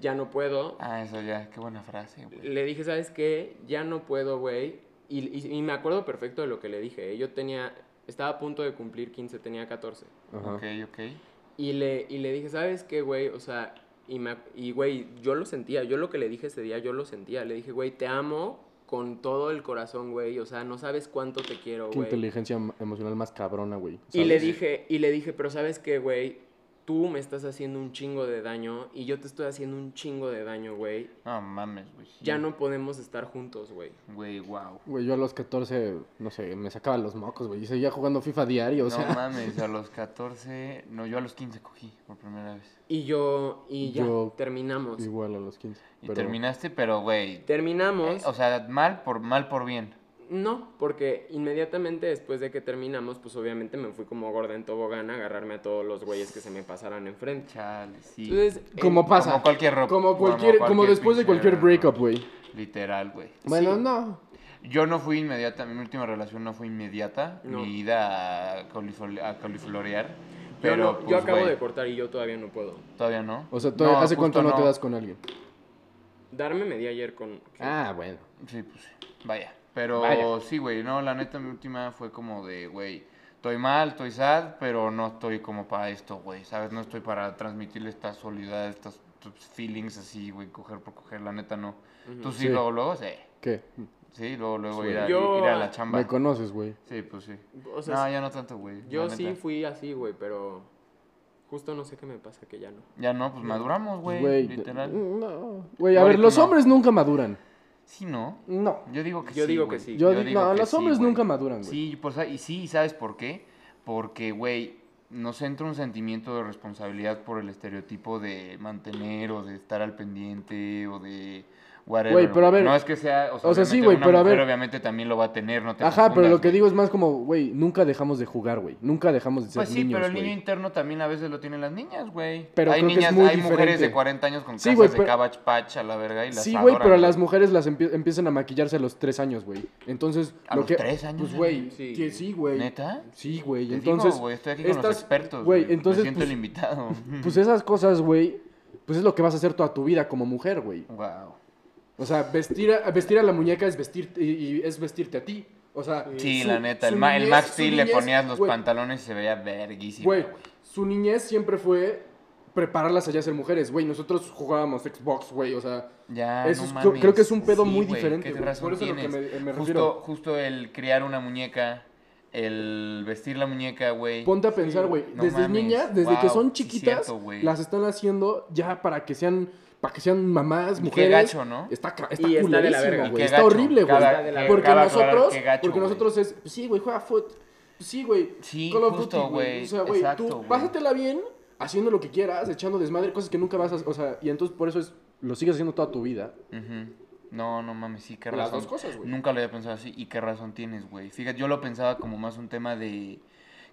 Ya no puedo.
Ah, eso ya. Qué buena frase, güey.
Le dije, ¿sabes qué? Ya no puedo, güey. Y, y- y me acuerdo perfecto de lo que le dije. ¿eh? Yo tenía, estaba a punto de cumplir 15, tenía 14.
Ajá.
Ok, ok.
Y le, y le dije, ¿sabes qué, güey? O sea, y, me, y, güey, yo lo sentía, yo lo que le dije ese día, yo lo sentía. Le dije, güey, te amo con todo el corazón, güey. O sea, no sabes cuánto te quiero,
Qué
güey.
inteligencia em- emocional más cabrona, güey.
Y le
¿sabes?
dije, y le dije, pero ¿sabes qué, güey? Tú me estás haciendo un chingo de daño y yo te estoy haciendo un chingo de daño, güey.
No mames, güey. sí.
Ya no podemos estar juntos, güey.
Güey, wow.
Güey, yo a los 14, no sé, me sacaba los mocos, güey. Y seguía jugando FIFA diario, o sea.
No mames, a los 14. No, yo a los 15 cogí por primera vez.
Y yo, y ya,
Yo-
terminamos.
igual a los 15.
Y
pero-
terminaste, pero, güey.
Terminamos.
O sea, mal por, mal por bien.
No, porque inmediatamente después de que terminamos, pues obviamente me fui como gorda en tobogán a agarrarme a todos los güeyes que se me pasaran enfrente.
Chale, sí.
Entonces, eh,
Como pasa.
Como cualquier ropa.
Como cualquier, como después de cualquier breakup, güey.
Literal, güey.
Bueno, no.
Yo no fui inmediata, mi última relación no fue inmediata,
No.
mi ida a, colifol- a coliflorear,
yo
pero
no- yo
pues,
acabo
güey,
de cortar y yo todavía no puedo.
todavía no.
O sea, todavía- ¿hace
justo
cuánto no te das con alguien?
Darme media ayer con...
Ah, bueno.
Sí, pues sí, vaya. Pero
Vaya.
sí, güey, no, la neta mi última fue como de, güey, estoy mal, estoy sad, pero no estoy como para esto, güey, ¿sabes? No estoy para transmitirle esta soledad, estas
Mm.
tus feelings así, güey, coger por coger, la neta no. ¿Tú sí,
Sí.
luego, luego? Sí.
¿Qué?
Sí, luego, luego
Sí,
ir, a,
yo-
ir a la chamba.
Me conoces, güey.
Sí, pues sí.
O sea,
no, ya no tanto, güey.
yo
la
sí
neta.
fui así, güey, pero justo no sé qué me pasa que ya no.
Ya no, pues maduramos,
Pues,
güey.
Güey,
literal.
no. Güey, a
No,
ver,
ahorita
los
no.
hombres nunca maduran.
Sí, ¿no?
No.
Yo digo que
Yo
sí.
digo que
güey.
sí.
Yo, digo, no,
que
los
sí,
hombres
güey.
nunca maduran, güey.
Sí, pues, y sí, ¿sabes por qué? Porque, güey, nos entra un sentimiento de responsabilidad por el estereotipo de mantener o de estar al pendiente o de whatever.
Güey, pero a ver-
No es que sea, o sea,
o sea, sí,
obviamente
güey,
una
pero a ver-
mujer obviamente también lo va a tener, no te
Ajá, pero lo
confundas,
que
güey.
digo es más como, güey, nunca dejamos de jugar, güey. Nunca dejamos de ser
Pues sí,
niños,
pero el
güey.
niño interno también a veces lo tienen las niñas, güey.
Pero
hay
creo que es
niñas,
muy
hay mujeres
diferente.
de 40 años con
Sí,
casas
güey,
de
pero-
cabach patch a la verga y las
Sí, güey,
adoran,
pero las mujeres las empie- empiezan a maquillarse a los tres años, güey. Entonces,
¿A
lo
los
que-
tres años? ¿eh?
Pues, güey,
Sí.
que sí, güey.
¿Neta?
Sí, güey.
Te
Entonces,
digo, güey, estoy aquí con los
estas-
expertos,
güey,
güey. Me
entonces,
siento
pues-
el invitado.
pues esas cosas, güey, pues es lo que vas a hacer toda tu vida como mujer, güey.
wow.
O sea, vestir a, vestir a la muñeca es vestirte y, y es vestirte a ti. O sea,
Sí,
su-
la neta, el,
su
ma- el
niñez-
Max
su
Steel le
niñez,
ponías los
güey,
pantalones y se veía verguísimo.
Güey,
güey.
su niñez siempre fue prepararlas allá a ser mujeres, güey. Nosotros jugábamos Xbox, güey, o sea,
Ya,
eso
no
es-
mames.
creo- creo que es un pedo
Sí,
muy
güey,
diferente,
¿qué
güey.
razón
Por eso es lo que
tienes?
me- me
justo,
refiero.
justo el criar una muñeca, el vestir la muñeca, güey.
ponte a pensar, güey,
no
desde
mames,
niña, desde que
wow,
son
sí
chiquitas,
cierto, güey.
las están haciendo ya para que sean para que sean mamás,
Qué
mujeres.
gacho, ¿no?
Está ca-
Y está
está
de la
culerísima,
verga.
Qué
güey. Está
gacho,
horrible, güey.
cabe-
cabe
Porque
aclarar
nosotros,
qué gacho,
porque
güey.
nosotros es, pues sí, güey, juega foot. Pues sí, güey.
Sí,
Call of
justo,
Duty,
güey,
O sea, güey,
exacto,
tú
güey.
pásatela bien haciendo lo que quieras, echando desmadre, cosas que nunca vas a, o sea, y entonces por eso es lo sigues haciendo toda tu vida.
Ujú. No, no mames, sí, qué
Las
razón.
dos cosas, güey.
Nunca lo había pensado así. ¿Y qué razón tienes, güey? Fíjate, yo lo pensaba como más un tema de.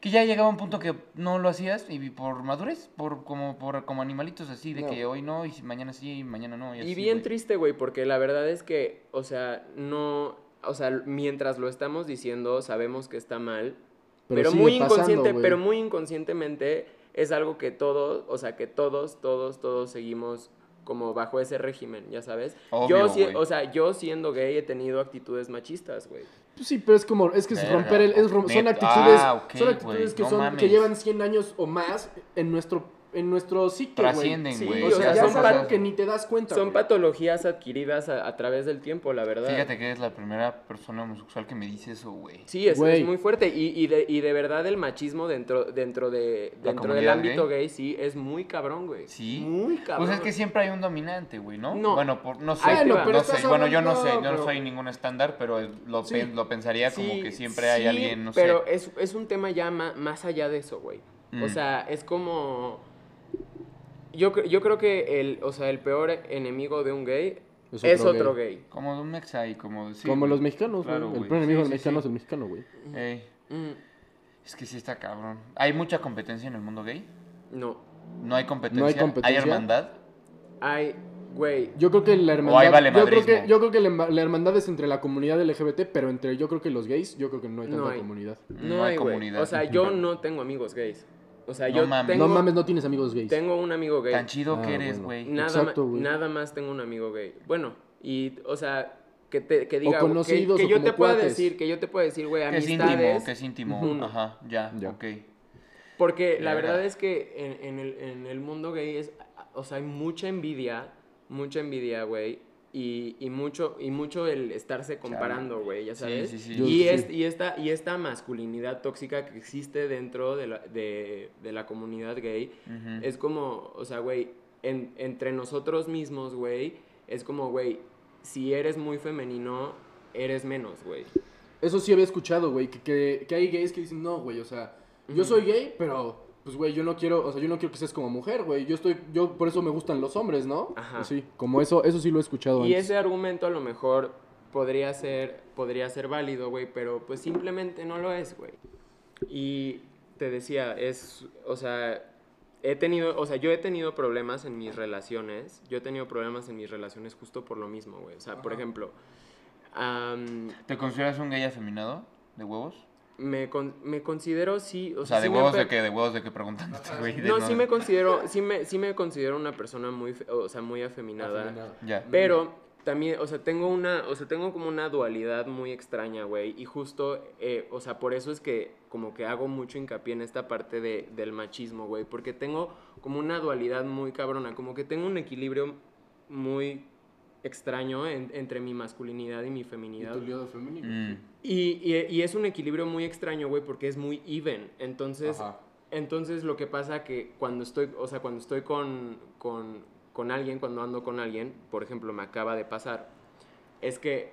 Que ya llegaba un punto que no lo hacías y por madurez, por como por como animalitos así, de
No.
que hoy no, y si mañana sí, y mañana no. Y,
Y
así,
bien
güey.
triste, güey, porque la verdad es que, o sea, no, o sea, mientras lo estamos diciendo, sabemos que está mal,
Pero
pero,
sigue
muy
pasando,
inconsciente,
güey.
pero muy inconscientemente es algo que todos, o sea, que todos, todos, todos seguimos como bajo ese régimen, ya sabes.
Obvio,
yo, si-
güey.
o sea, yo siendo gay he tenido actitudes machistas, güey.
Pues sí, pero es como es que es
Verga,
romper el es rom- son
neta.
actitudes,
Ah, ok,
son actitudes
güey,
que
no
son que
mames.
llevan 100 años o más en nuestro en nuestro psique, güey.
Trascienden,
Sí,
güey.
O sea,
o sea,
ya
son
es
pat-
algo que ni te das cuenta.
Son
güey.
patologías adquiridas a, a través del tiempo, la verdad.
Fíjate que eres la primera persona homosexual que me dice eso, güey.
Sí, es,
Güey.
es muy fuerte. Y, y de, y de verdad el machismo dentro, dentro, de,
La
dentro del
comunidad
ámbito gay. sí es muy cabrón, güey.
Sí.
Muy cabrón.
Pues es que siempre hay un dominante, güey, ¿no?
No.
Bueno, por, no sé.
Ay,
no
no, pero
sé.
estás
Bueno, yo no sé,
hablando-
yo no
pero-
soy ningún estándar, pero lo,
Sí.
pe- lo pensaría como
Sí,
que siempre hay
sí,
alguien, no
pero
sé.
es, es un tema ya ma- más allá de eso, güey.
Mm.
O sea, es como... Yo, cre- yo creo que el, o sea, el peor enemigo de un gay
Es
es
otro
otro,
gay.
gay.
Como de un mex ahí, como... sí,
como
güey.
los mexicanos, güey.
Claro,
el
güey.
primer
Sí,
enemigo del
sí,
mexicano
sí.
es el mexicano, güey.
Ey,
Mm,
es que sí está cabrón. ¿Hay mucha competencia en el mundo gay?
Mm, no.
No hay competencia.
competencia.
hermandad?
Hay, güey...
Yo creo que la hermandad.
ahí vale
yo, creo que,
madrismo.
yo creo que la, herma- la hermandad es entre la comunidad LGBT, pero entre yo creo que los gays, yo creo que no hay
No
tanta
hay.
comunidad.
No,
No hay
hay, güey.
comunidad.
O sea, yo no tengo amigos gays. O sea,
No
yo
mames.
tengo,
No mames, no tienes amigos gays.
tengo un amigo gay.
Tan chido
Ah,
que eres,
bueno.
güey.
Nada,
Exacto,
ma-
güey.
nada más tengo un amigo gay. Bueno, y, o sea, que, te, que diga...
conocidos,
que,
o
que yo
como
te pueda
cuates.
decir, que yo te pueda decir, güey,
Que es
amistades...
íntimo, que es íntimo.
Ujú.
Ajá, ya,
Ya.
ok.
Porque la
Verga.
verdad es que en, en el, en el mundo gay es, o sea, hay mucha envidia, mucha envidia, güey, y, y mucho y mucho el estarse comparando, güey, ya
Sí,
sabes.
sí, sí.
Yo-
Y,
sí.
es- y esta y esta masculinidad tóxica que existe dentro de la, de, de la comunidad gay
Ujú.
es como, o sea, güey, en- entre nosotros mismos, güey, es como, güey, si eres muy femenino, eres menos, güey.
Eso sí había escuchado, güey, que, que, que hay gays que dicen, no, güey, o sea, yo soy gay, pero, pues, güey, yo no quiero, o sea, yo no quiero que seas como mujer, güey, yo estoy, yo, por eso me gustan los hombres, ¿no? Pues
Ajá.
Sí, como eso, eso sí lo he escuchado
Y
antes.
ese argumento a lo mejor podría ser, podría ser válido, güey, pero pues simplemente no lo es, güey. Y te decía, es, o sea, he tenido, o sea, yo he tenido problemas en mis relaciones, yo he tenido problemas en mis relaciones justo por lo mismo, güey. O sea, por ejemplo, am,
¿Te consideras un gay afeminado? ¿De huevos?
me, con- me considero sí, o,
O sea,
sí
de
me
huevos
pe-
de que, de huevos de que preguntándote, güey. de
No, sí me considero, sí me, sí me considero una persona muy, fe- o sea, muy afeminada.
Ya.
Pero también, o sea, tengo una, o sea, tengo como una dualidad muy extraña, güey. Y justo, eh, o sea, por eso es que como que hago mucho hincapié en esta parte de, del machismo, güey. Porque tengo como una dualidad muy cabrona, como que tengo un equilibrio muy extraño en- entre mi masculinidad y mi
Y
feminidad.
tu liodo femenino.
Mm.
Y, y- y es un equilibrio muy extraño, güey, porque es muy even. Entonces,
Ajá.
entonces lo que pasa que cuando estoy, o sea, cuando estoy con, con, con alguien, cuando ando con alguien, por ejemplo, me acaba de pasar, es que,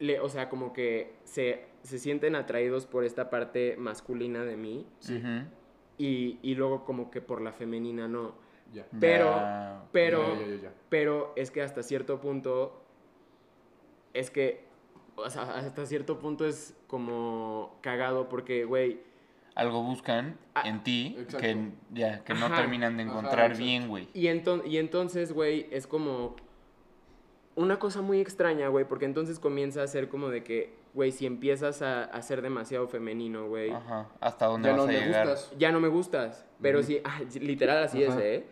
le, o sea, como que se, se sienten atraídos por esta parte masculina de mí
Ujú.
y, y luego como que por la femenina no.
Ya.
Pero-
Ya.
Pero...
Ya, ya, ya, ya.
Pero es que hasta cierto punto. Es que. O sea, hasta cierto punto es como cagado porque, güey.
algo buscan
Ah,
en ti que,
exacto.
ya, que no
Ajá.
terminan de
Ajá,
encontrar
exacto.
bien, güey.
Y, enton- y entonces, güey, es como. Una cosa muy extraña, güey, porque entonces comienza a ser como de que, güey, si empiezas a, a ser demasiado femenino, güey,
Ajá, hasta dónde
Ya
vas
no
a
me
llegar.
gustas.
ya no me gustas. Pero
Ujú.
si, ah, literal así es,
Ajá.
¿eh?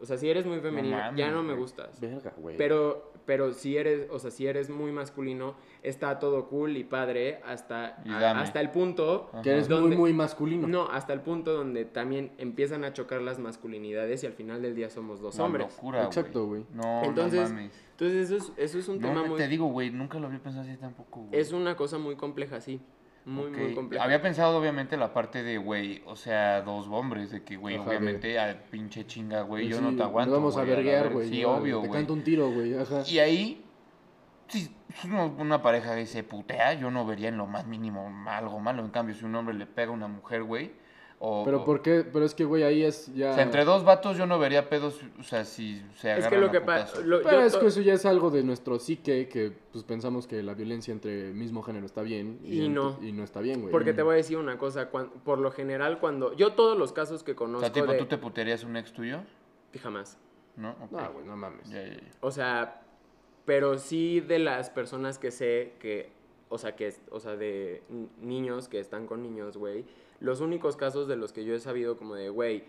O sea, si eres muy femenino, ya
mames,
no me
güey.
gustas.
Verga, güey.
Pero, pero si eres, o sea, si eres muy masculino, está todo cool y padre hasta,
Y
a-
dame. Ah.
hasta el punto.
Ajá.
Que eres
¿Dónde?
muy, muy masculino.
No, hasta el punto donde también empiezan a chocar las masculinidades y al final del día somos dos
Una
hombres.
locura, güey.
Exacto, güey.
No,
Entonces,
no mames.
Entonces eso es, eso es un
No,
tema
no
muy...
te digo, güey, nunca lo había pensado así tampoco, güey.
Es una cosa muy compleja, sí. Muy,
Ok,
muy compleja.
Había pensado, obviamente, la parte de, güey, o sea, dos hombres, de que, güey,
Ajá,
obviamente, a pinche chinga, güey,
Pues
yo
sí,
no te aguanto.
nos vamos
güey,
a
la
verguear,
verga.
güey.
Sí,
ya,
obvio,
Te
güey.
canto un tiro, güey. Ajá.
Y ahí, si es una- una pareja que se putea, yo no vería en lo más mínimo algo malo. En cambio, si un hombre le pega a una mujer, güey, o...
Pero
o-
por qué, pero es que, güey, ahí es ya.
O sea, entre dos vatos yo no vería pedos, o sea, si se agarran
es que lo
a
que pasa...
putazos.
Pero es que eso ya es algo de nuestro psique que pues pensamos que la violencia entre mismo género está bien
Y
ent-
no.
y no está bien, güey.
Porque te
Mm.
voy a decir una cosa, cuan- por lo general cuando... Yo todos los casos que
O
conozco
sea, tipo,
de...
¿tú te putearías un ex tuyo?
Jamás.
¿No? Ok.
No, güey, no mames.
Ya, ya, ya.
O sea, pero sí de las personas que sé que, o sea, que, es- o sea, de ni- niños que están con niños, güey. Los únicos casos de los que yo he sabido como de, güey,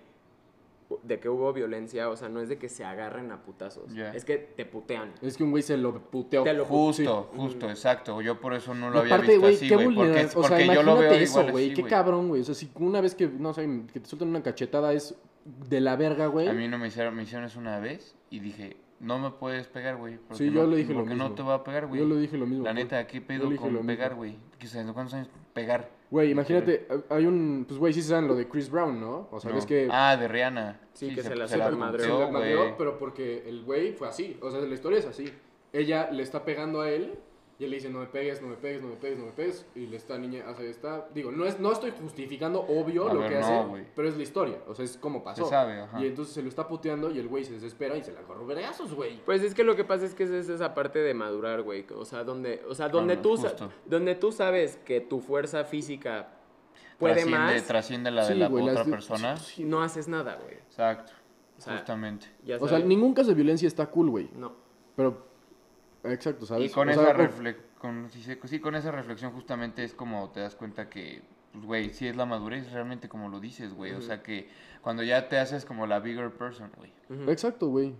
de que hubo violencia, o sea, no es de que se agarren a putazos.
Ya.
Es que te putean.
Es que un güey se lo puteó.
Te lo-
Justo,
sí.
justo,
Mm.
exacto. Yo por eso no
Y
lo había
pues, aparte,
visto
güey,
así,
qué
güey. Porque,
vulnerable. O sea,
porque yo
imagínate
lo veo
eso,
igual
güey.
así,
Qué cabrón, güey. O sea, si una vez que, no sé, que te sueltan una cachetada es de la verga, güey.
A mí no me hicieron, me hicieron eso una vez y dije, no me puedes pegar, güey. porque
Sí, yo
no-
le dije lo
Porque no
mismo.
te voy a pegar, güey.
Yo lo dije lo mismo.
La
güey.
neta, ¿qué
Yo
pedo
le dije lo
con
mismo.
pegar, güey? Que se- ¿Cuántos años pegar?
Güey, imagínate, hay un. Pues, güey, sí saben lo de Chris Brown, ¿no? O sea,
No.
ves que.
Ah, de Rihanna.
Sí, que se la
se la
supermadreó.
puteó,
Se la madreó,
güey.
pero porque el güey fue así. O sea, la historia es así. Ella le está pegando a él y él le dice, no me pegues, no me pegues, no me pegues, no me pegues. Y le está niña, o sea, está... Digo, no, es, no estoy justificando, obvio,
A
lo
ver,
que
no,
hace,
güey.
pero es la historia. O sea, es como pasó.
Se sabe, ajá.
Y entonces se lo está puteando y el güey se desespera y se la agarró vergazos, güey.
Pues es que lo que pasa es que esa es esa parte de madurar, güey. O sea, donde, o sea, donde,
Claro,
tú, sa-
justo.
donde tú sabes que tu fuerza física puede
Trasciende-
más,
Trasciende la de
Sí,
la
güey,
otra
las de-
persona.
no haces nada, güey.
Exacto.
O sea,
Justamente.
Ya
O sea,
sabes.
ningún caso de violencia está cool, güey.
No.
Pero... Exacto, ¿sabes?
Y con
O sea,
esa
uf,
refle- con- sí, sí, sí, con esa reflexión justamente es como te das cuenta que, pues, güey, sí es la madurez realmente como lo dices, güey. O
Ujú.
sea que cuando ya te haces como la bigger person, güey.
Ujú.
Exacto, güey.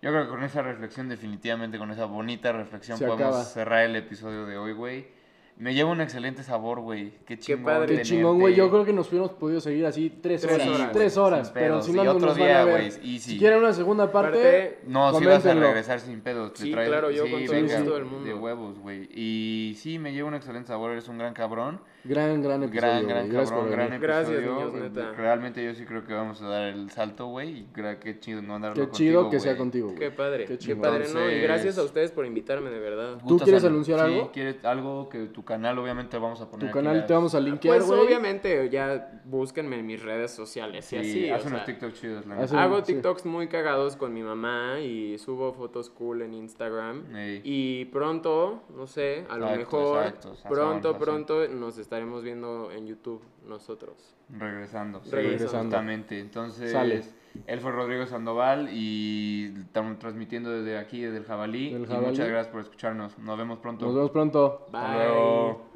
Yo creo que con esa reflexión, definitivamente, con esa bonita reflexión,
Se
podemos
acaba.
cerrar el episodio de hoy, güey. Me lleva un excelente sabor, güey. Qué chingón.
padre.
Qué
tenerte.
chingón, güey. Yo creo que nos hubiéramos podido seguir así tres
Tres
horas.
horas,
Tres
güey,
horas.
sin
pero
pedos.
si
Y
no, no
otro
nos
día,
van a ver.
güey, easy.
Si quieren una segunda parte,
Parte-
No, si vas a
Coméntenlo.
regresar sin pedos. te
Sí,
traes-
claro, yo con
todo el gusto
del mundo.
De huevos, güey. Y sí, me lleva un excelente sabor. Eres un gran cabrón.
gran, gran episodio.
Gran,
güey.
gran
Gracias
cabrón,
por
gran
venir.
Gracias,
episodio.
niños,
güey.
neta.
Realmente yo sí creo que vamos a dar el salto, güey. Y creo que chido no andarlo
Qué
contigo,
chido que sea
güey.
contigo, güey.
Qué padre,
Qué
qué,
chingón.
padre, ¿no? Y
Entonces-
gracias a ustedes por invitarme, de verdad.
¿Gustas
quieres
anun-
anunciar
sí,
algo?
¿Quieres algo? Que tu canal, obviamente, lo vamos a poner
Tu
aquí
canal
las-
te vamos a linkear,
Pues
güey.
obviamente ya búsquenme en mis redes sociales y
Sí,
así. o
haz unos
sea,
TikTok chidos, la
Haz
neta.
Hago
Sí.
TikToks muy cagados con mi mamá y subo fotos cool en Instagram.
Ey.
Y pronto, no sé, a lo
Exacto,
mejor,
exacto, sazón,
pronto,
sazón.
pronto nos estaremos viendo en YouTube nosotros.
Regresando. sí,
Regresando.
Justamente. Entonces,
Sale.
él fue Rodrigo Sandoval y estamos transmitiendo desde aquí, desde el jabalí.
Del
Y
Jabalí.
muchas gracias por escucharnos. Nos vemos pronto.
Nos vemos pronto.
Bye.
Hasta luego.